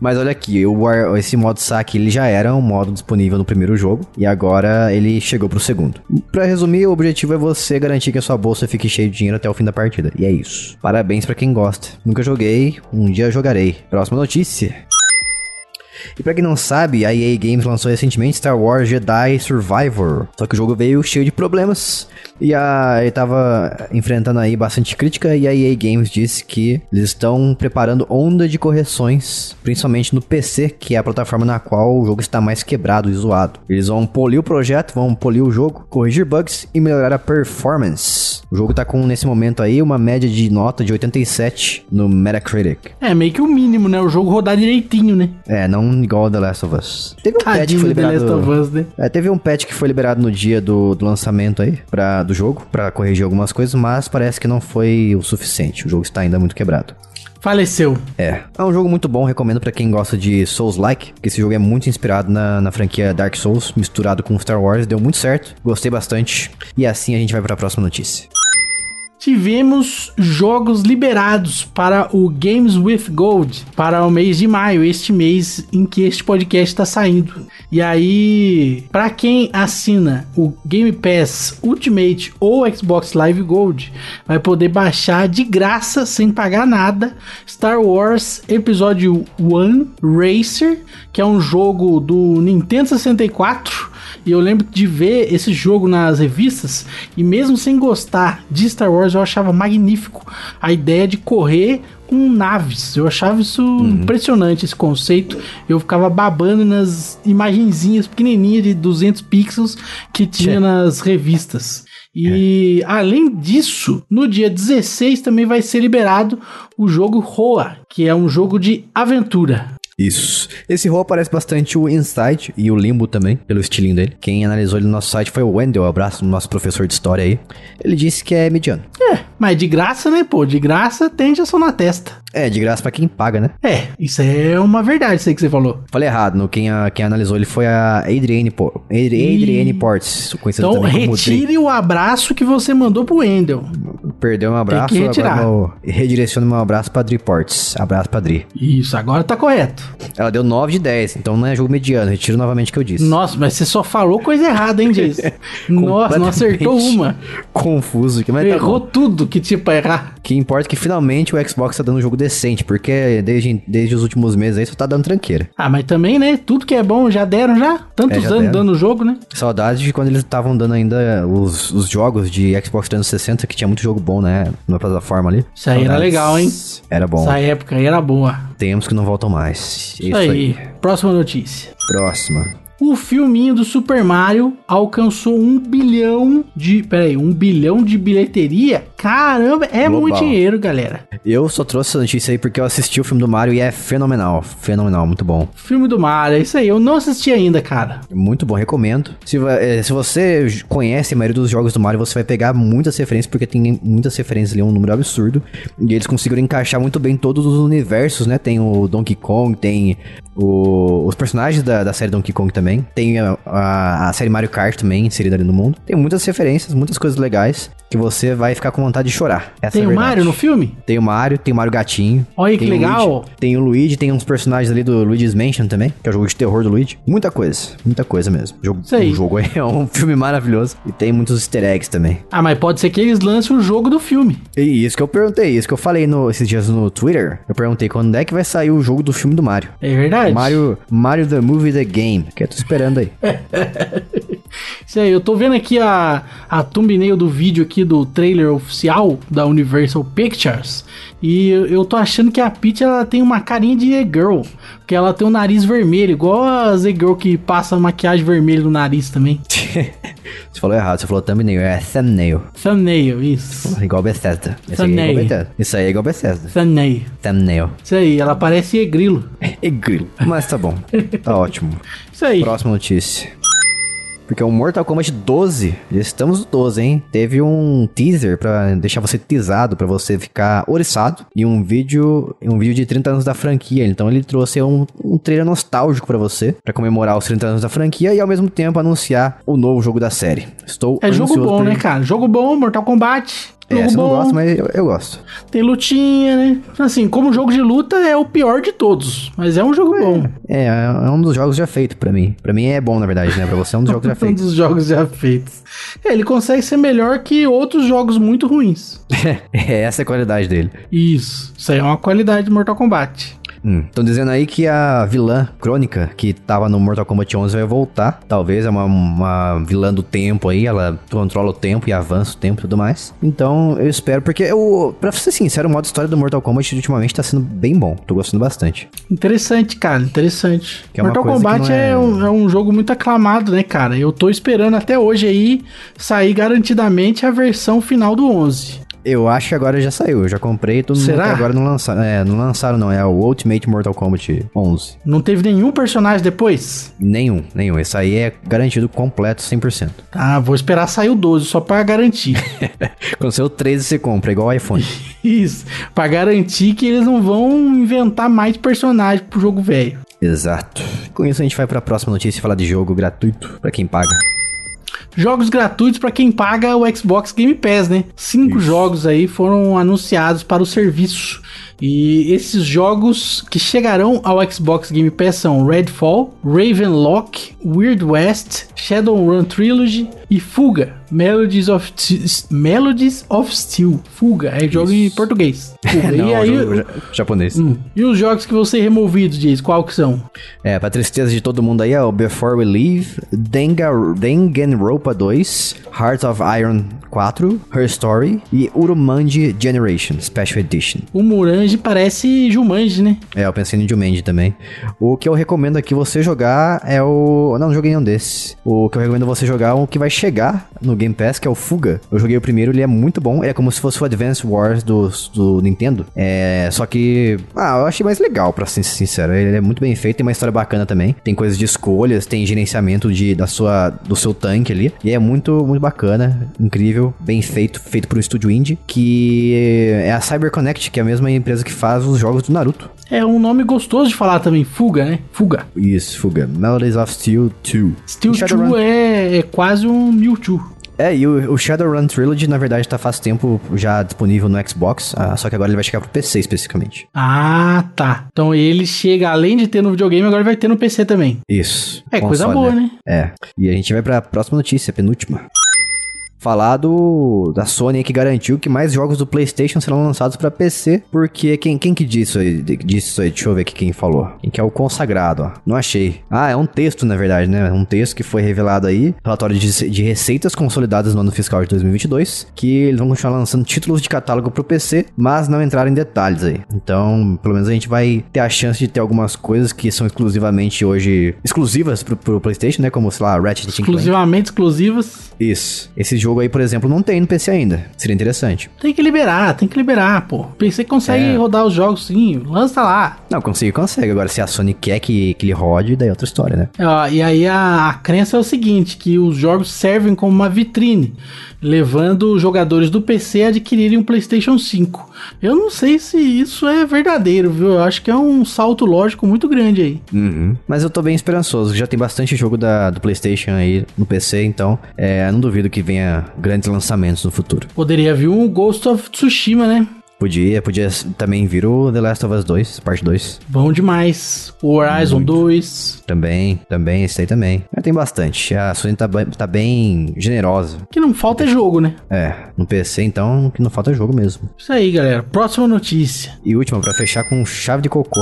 mas olha aqui, o War- esse modo saque ele já era um modo disponível no primeiro jogo, e agora ele chegou pro segundo. Pra resumir, o objetivo é você garantir que a sua bolsa fique cheia de dinheiro até o fim da partida, e é isso. Parabéns pra quem gosta. Nunca joguei, um dia jogarei. Próxima notícia. E pra quem não sabe, a EA Games lançou recentemente Star Wars Jedi Survivor. Só que o jogo veio cheio de problemas. E a, ele tava enfrentando aí bastante crítica. E a EA Games disse que eles estão preparando onda de correções. Principalmente no PC, que é a plataforma na qual o jogo está mais quebrado e zoado. Eles vão polir o projeto, vão polir o jogo, corrigir bugs e melhorar a performance. O jogo tá com, nesse momento aí, uma média de nota de 87 no Metacritic.
É meio que o mínimo, né? O jogo rodar direitinho, né?
É, não igual ao The Last of Us. Teve um patch que foi
Tadinho do The Last of
liberado...
Us, né?
É, teve um patch que foi liberado no dia do, do lançamento aí, pra, do jogo, pra corrigir algumas coisas, mas parece que não foi o suficiente. O jogo está ainda muito quebrado.
Faleceu.
É. É um jogo muito bom, recomendo pra quem gosta de Souls-like, porque esse jogo é muito inspirado na, na franquia Dark Souls, misturado com Star Wars, deu muito certo, gostei bastante. E assim a gente vai pra próxima notícia.
Tivemos jogos liberados para o Games with Gold para o mês de maio, este mês em que este podcast está saindo. E aí, para quem assina o Game Pass Ultimate ou Xbox Live Gold, vai poder baixar de graça, sem pagar nada, Star Wars Episódio 1 Racer, que é um jogo do Nintendo 64. E eu lembro de ver esse jogo nas revistas e mesmo sem gostar de Star Wars, eu achava magnífico a ideia de correr com naves. Eu achava isso impressionante esse conceito. Eu ficava babando nas imagenzinhas pequenininhas de 200 pixels que tinha
Tchê.
nas revistas. E além disso, no dia 16 também vai ser liberado o jogo Roa, que é um jogo de aventura.
Isso. Esse rol parece bastante o Inside e o Limbo também, pelo estilinho dele. Quem analisou ele no nosso site foi o Wendel, abraço do nosso professor de história aí. Ele disse que é mediano.
É, mas de graça, né, pô? De graça tem injeção na testa.
É, de graça pra quem paga, né?
É, isso é uma verdade, isso aí que você falou.
Falei errado, no, quem, a- quem analisou ele foi a Adrienne, po, Adri- Adrienne Portes, conhecida
Então,
também como Dri.
retire o abraço que você mandou pro Wendel.
Perdeu um abraço,
que retirar.
agora meu- redireciono meu abraço pra Dri Portes. Abraço pra Dri.
Isso, agora tá correto.
Ela deu 9 de 10, então não é jogo mediano, retiro novamente o que eu disse.
Nossa, mas você só falou coisa errada, hein, Jason? Nossa, não acertou uma.
Confuso, que mas tá bom.
Errou tudo que tinha pra errar.
O que importa é que finalmente o Xbox tá dando um jogo decente, porque desde, desde os últimos meses aí só tá dando tranqueira.
Ah, mas também, né? Tudo que é bom já deram já. Tantos
É, já
anos
deram.
dando o jogo, né?
Saudades de quando eles estavam dando ainda os, os jogos de Xbox 360, que tinha muito jogo bom, né? Na plataforma ali.
Isso aí era
Saudades.
legal, hein?
Era bom.
Essa época aí era boa.
Temos que não voltam mais. Isso,
Isso aí. Próxima notícia.
Próxima.
O filminho do Super Mario alcançou um bilhão de. Peraí, um bilhão de bilheteria? Caramba, é
Global.
muito dinheiro, galera.
Eu só trouxe essa notícia aí porque eu assisti o filme do Mario e é fenomenal. Fenomenal, muito bom.
Filme do Mario, é isso aí. Eu não assisti ainda, cara.
Muito bom, recomendo. Se, va- eh, se você j- conhece a maioria dos jogos do Mario, você vai pegar muitas referências, porque tem muitas referências ali, um número absurdo. E eles conseguiram encaixar muito bem todos os universos, né? Tem o Donkey Kong, tem o- os personagens da, da série Donkey Kong também. também. Tem a, a- a série Mario Kart também inserida ali no mundo. Tem muitas referências, muitas coisas legais que você vai ficar com vontade de chorar. Essa
Tem
é a
o
verdade.
Mario no filme?
Tem o Mario, tem o Mario Gatinho.
Olha que
tem o
legal.
Luigi, tem o Luigi, tem uns personagens ali do Luigi's Mansion também, que é o jogo de terror do Luigi. Muita coisa, muita coisa mesmo. O jogo,
Isso aí.
o jogo é um filme maravilhoso. E tem muitos easter eggs também.
Ah, mas pode ser que eles lancem o jogo do filme.
E isso que eu perguntei, isso que eu falei no- esses dias no Twitter. Eu perguntei quando é que vai sair o jogo do filme do Mario.
É verdade?
Mario, Mario The Movie The Game, que eu tô esperando aí.
É. Isso aí, eu tô vendo aqui a, a thumbnail do vídeo aqui do trailer oficial da Universal Pictures. E eu, eu tô achando que a Peach ela tem uma carinha de E-Girl. Porque ela tem um nariz vermelho, igual as E-Girl que passa maquiagem vermelha no nariz também.
você falou errado, você falou thumbnail, é thumbnail.
Thumbnail, isso.
Igual Bethesda. Esse aí é
Thumbnail.
igual Bethesda. Isso aí é igual Bethesda.
Thumbnail.
Thumbnail.
Isso aí, ela parece E-Grilo.
E grilo. Mas tá bom, tá ótimo.
Isso aí.
Próxima notícia. Porque o Mortal Kombat 12, já estamos no 12, hein? Teve um teaser pra deixar você teasado, pra você ficar oriçado. E um vídeo um vídeo de 30 anos da franquia. Então ele trouxe um, um trailer nostálgico pra você, pra comemorar os 30 anos da franquia e ao mesmo tempo anunciar o novo jogo da série. Estou
É jogo
ansioso
bom,
por-
né, cara? Jogo bom, Mortal Kombat. Jogo
É, você
bom,
não gosta, mas eu, eu gosto.
tem lutinha, né? Assim, como jogo de luta é o pior de todos, mas é um jogo bom.
É, é um dos jogos já feito pra mim. Pra mim é bom, na verdade, né? Pra você é um dos jogos já
Um
feito.
dos jogos já feitos. É, ele consegue ser melhor que outros jogos muito ruins.
é, essa é a qualidade dele.
Isso. Isso aí é uma qualidade de Mortal Kombat.
Estão dizendo aí que a vilã crônica que tava no Mortal Kombat 11 vai voltar. Talvez é uma, uma vilã do tempo aí, ela controla o tempo e avança o tempo e tudo mais. Então eu espero, porque eu, pra ser sincero, o modo história do Mortal Kombat ultimamente tá sendo bem bom. Tô gostando bastante.
Interessante, cara, interessante.
Que é uma
Mortal
coisa que
Kombat
não é-
é... um, é um jogo muito aclamado, né, cara? Eu tô esperando até hoje aí sair garantidamente a versão final do 11.
Eu acho que agora já saiu, eu já comprei, todo mundo
Será?
até agora não lançaram. É, não lançaram, não. É o Ultimate Mortal Kombat 11.
Não teve nenhum personagem depois?
Nenhum, nenhum. Esse aí é garantido completo 100%.
Ah, vou esperar sair o 12 só pra garantir.
Quando saiu o 13, você compra, igual o iPhone.
Isso, pra garantir que eles não vão inventar mais personagem pro jogo velho.
Exato. Com isso a gente vai pra próxima notícia e falar de jogo gratuito pra quem paga.
Jogos gratuitos pra quem paga o Xbox Game Pass, né? Cinco jogos aí foram anunciados para o serviço. E esses jogos que chegarão ao Xbox Game Pass são Redfall, Ravenlock, Weird West, Shadowrun Trilogy e Fuga. Melodies of, T- Melodies of Steel. Fuga, é jogo em português. Fuga.
É, Não,
e, aí,
jogo ja- japonês.
e os jogos que vão ser removidos, Jason, qual que são?
É, pra tristeza de todo mundo aí, é o Before We Leave, Denga, Danganronpa 2, Heart of Iron 4, Her Story e Urumanji Generation Special Edition.
O Murange parece Jumanji, né?
É, eu pensei no Jumanji também. O que eu recomendo aqui você jogar é o... Não, não joguei nenhum desses. O que eu recomendo você jogar é o que vai chegar no Game Pass, que é o Fuga. Eu joguei o primeiro, ele é muito bom. Ele é como se fosse o Advance Wars do, do Nintendo. É, só que... Ah, eu achei mais legal, pra ser sincero. Ele é muito bem feito, tem uma história bacana também. Tem coisas de escolhas, tem gerenciamento de, da sua, do seu tanque ali. E é muito, muito bacana, incrível, bem feito, feito por um estúdio indie, que é a CyberConnect, que é a mesma empresa que faz os jogos do Naruto.
É um nome gostoso de falar também, Fuga, né? Fuga.
Isso, fuga. Melodies of Steel 2.
Steel
E Shadowrun.
2 é, é quase um Mewtwo.
É, e o, o Shadowrun Trilogy, na verdade, tá faz tempo já disponível no Xbox, ah, só que agora ele vai chegar pro PC especificamente.
Ah, tá. Então ele chega, além de ter no videogame, agora vai ter no PC também.
Isso.
É coisa
Console,
boa, né?
É. E a gente vai pra próxima notícia, penúltima. Falar do, da Sony aí que garantiu que mais jogos do PlayStation serão lançados pra PC, porque quem, quem que disse isso aí, de- disse isso aí? Deixa eu ver aqui quem falou. Quem que é o consagrado, ó. Não achei. Ah, é um texto, na verdade, né? Um texto que foi revelado aí, relatório de, de receitas consolidadas no ano fiscal de 2022, que eles vão continuar lançando títulos de catálogo pro PC, mas não entraram em detalhes aí. Então, pelo menos a gente vai ter a chance de ter algumas coisas que são exclusivamente hoje exclusivas pro, pro PlayStation, né? Como, sei lá, Ratchet Clank.
Exclusivamente exclusivas.
Isso. Esse jogo aí, por exemplo, não tem no PC ainda. Seria interessante.
Tem que liberar, tem que liberar, pô. PC consegue
É.
rodar os jogos sim, lança lá.
Não, conseguir consegue. Agora, se a Sony quer que, que ele rode, daí é outra história, né?
Ó, e aí a, a crença é o seguinte, que os jogos servem como uma vitrine, levando os jogadores do PC a adquirirem um PlayStation 5. Eu não sei se isso é verdadeiro, viu? Eu acho que é um salto lógico muito grande aí.
Uhum. Mas eu tô bem esperançoso. Já tem bastante jogo da, do PlayStation aí no PC, então é, não duvido que venha grandes lançamentos no futuro.
Poderia vir um Ghost of Tsushima, né?
Podia, podia também vir o The Last of Us 2, parte 2.
Bom demais. O Horizon 2,
Também, também, esse aí também. É, tem bastante. A Sony tá, ba- tá bem generosa.
que não falta é jogo, né?
É, no PC, então, o que não falta é jogo mesmo.
Isso aí, galera. Próxima notícia.
E última, pra fechar com chave de cocô.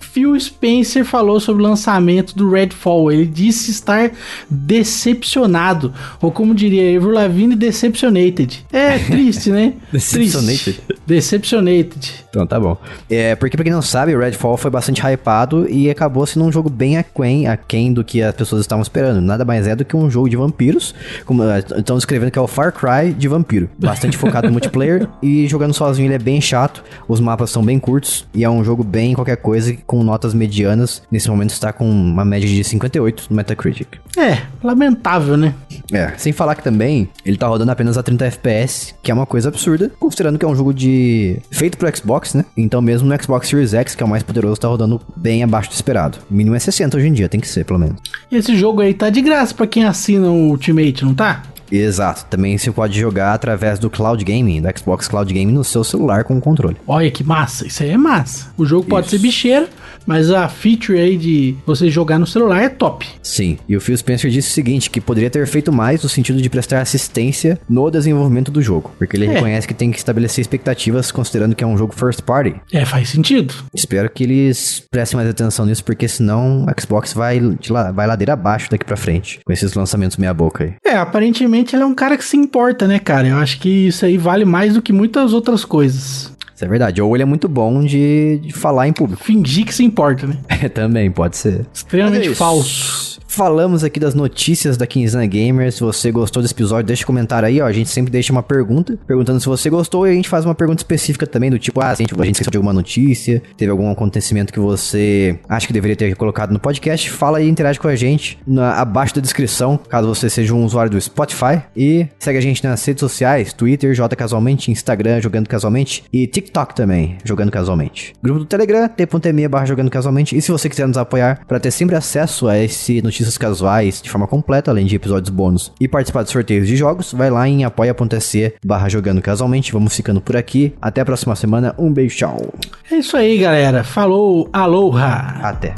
Phil Spencer falou sobre o lançamento do Redfall. Ele disse estar decepcionado, ou como diria Ever Lavigne, decepcionated. É triste, né?
Decepcionated.
Triste. Decepcionated.
Então tá bom. É, porque pra quem não sabe, o Redfall foi bastante hypado e acabou sendo um jogo bem aquém, aquém do que as pessoas estavam esperando. Nada mais é do que um jogo de vampiros, como eh, estão escrevendo que é o Far Cry de vampiro. Bastante focado no multiplayer e jogando sozinho ele é bem chato, os mapas são bem curtos e é um jogo bem qualquer coisa, com notas medianas. Nesse momento está com uma média de 58 no Metacritic.
É, lamentável, né?
É, sem falar que também ele tá rodando apenas a 30 FPS, que é uma coisa absurda, considerando que é um jogo de. feito pro Xbox, né? Então, mesmo no Xbox Series X, que é o mais poderoso, tá rodando bem abaixo do esperado. O mínimo é 60 hoje em dia, tem que ser, pelo menos.
E Esse jogo aí tá de graça pra quem assina o Ultimate, não tá?
Exato, também você pode jogar através do Cloud Gaming, do Xbox Cloud Gaming, no seu celular com o controle.
Olha que massa, isso aí é massa. O jogo pode
Isso.
ser bicheira, mas a feature aí de você jogar no celular é top.
Sim, e o Phil Spencer disse o seguinte, que poderia ter feito mais no sentido de prestar assistência no desenvolvimento do jogo, porque ele
É.
reconhece que tem que estabelecer expectativas considerando que é um jogo first party,
É, faz sentido.
Espero que eles prestem mais atenção nisso, porque senão a Xbox vai, de la- vai ladeira abaixo daqui pra frente, com esses lançamentos meia boca aí.
É, aparentemente ele é um cara que se importa, né, cara? Eu acho que isso aí vale mais do que muitas outras coisas.
Isso é verdade. Ou ele é muito bom de, de falar em público.
Fingir que se importa, né?
É, Também, pode ser. Mas é
Extremamente
isso.
falso.
Falamos aqui das notícias da Quinzana Gamer. Se você gostou desse episódio, deixa um comentário aí, ó. A gente sempre deixa uma pergunta, perguntando se você gostou, e a gente faz uma pergunta específica também, do tipo, ah, se a gente, a gente esqueceu de alguma notícia, teve algum acontecimento que você acha que deveria ter colocado no podcast, fala aí, interage com a gente na- abaixo da descrição, caso você seja um usuário do Spotify. E segue a gente nas redes sociais, Twitter, J Casualmente, Instagram, Jogando Casualmente, e TikTok também, Jogando Casualmente. Grupo do Telegram, t.me barra Jogando Casualmente, e se você quiser nos apoiar para ter sempre acesso a esse notícias casuais de forma completa, além de episódios bônus, e participar de sorteios de jogos, vai lá em apoia.se barra Jogando Casualmente. Vamos ficando por aqui, até a próxima semana, um beijo, tchau,
É isso aí, galera. Falou, aloha!
até.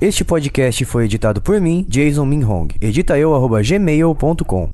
Este podcast foi editado por mim, Jason Minhong. Edita eu, gmail.com.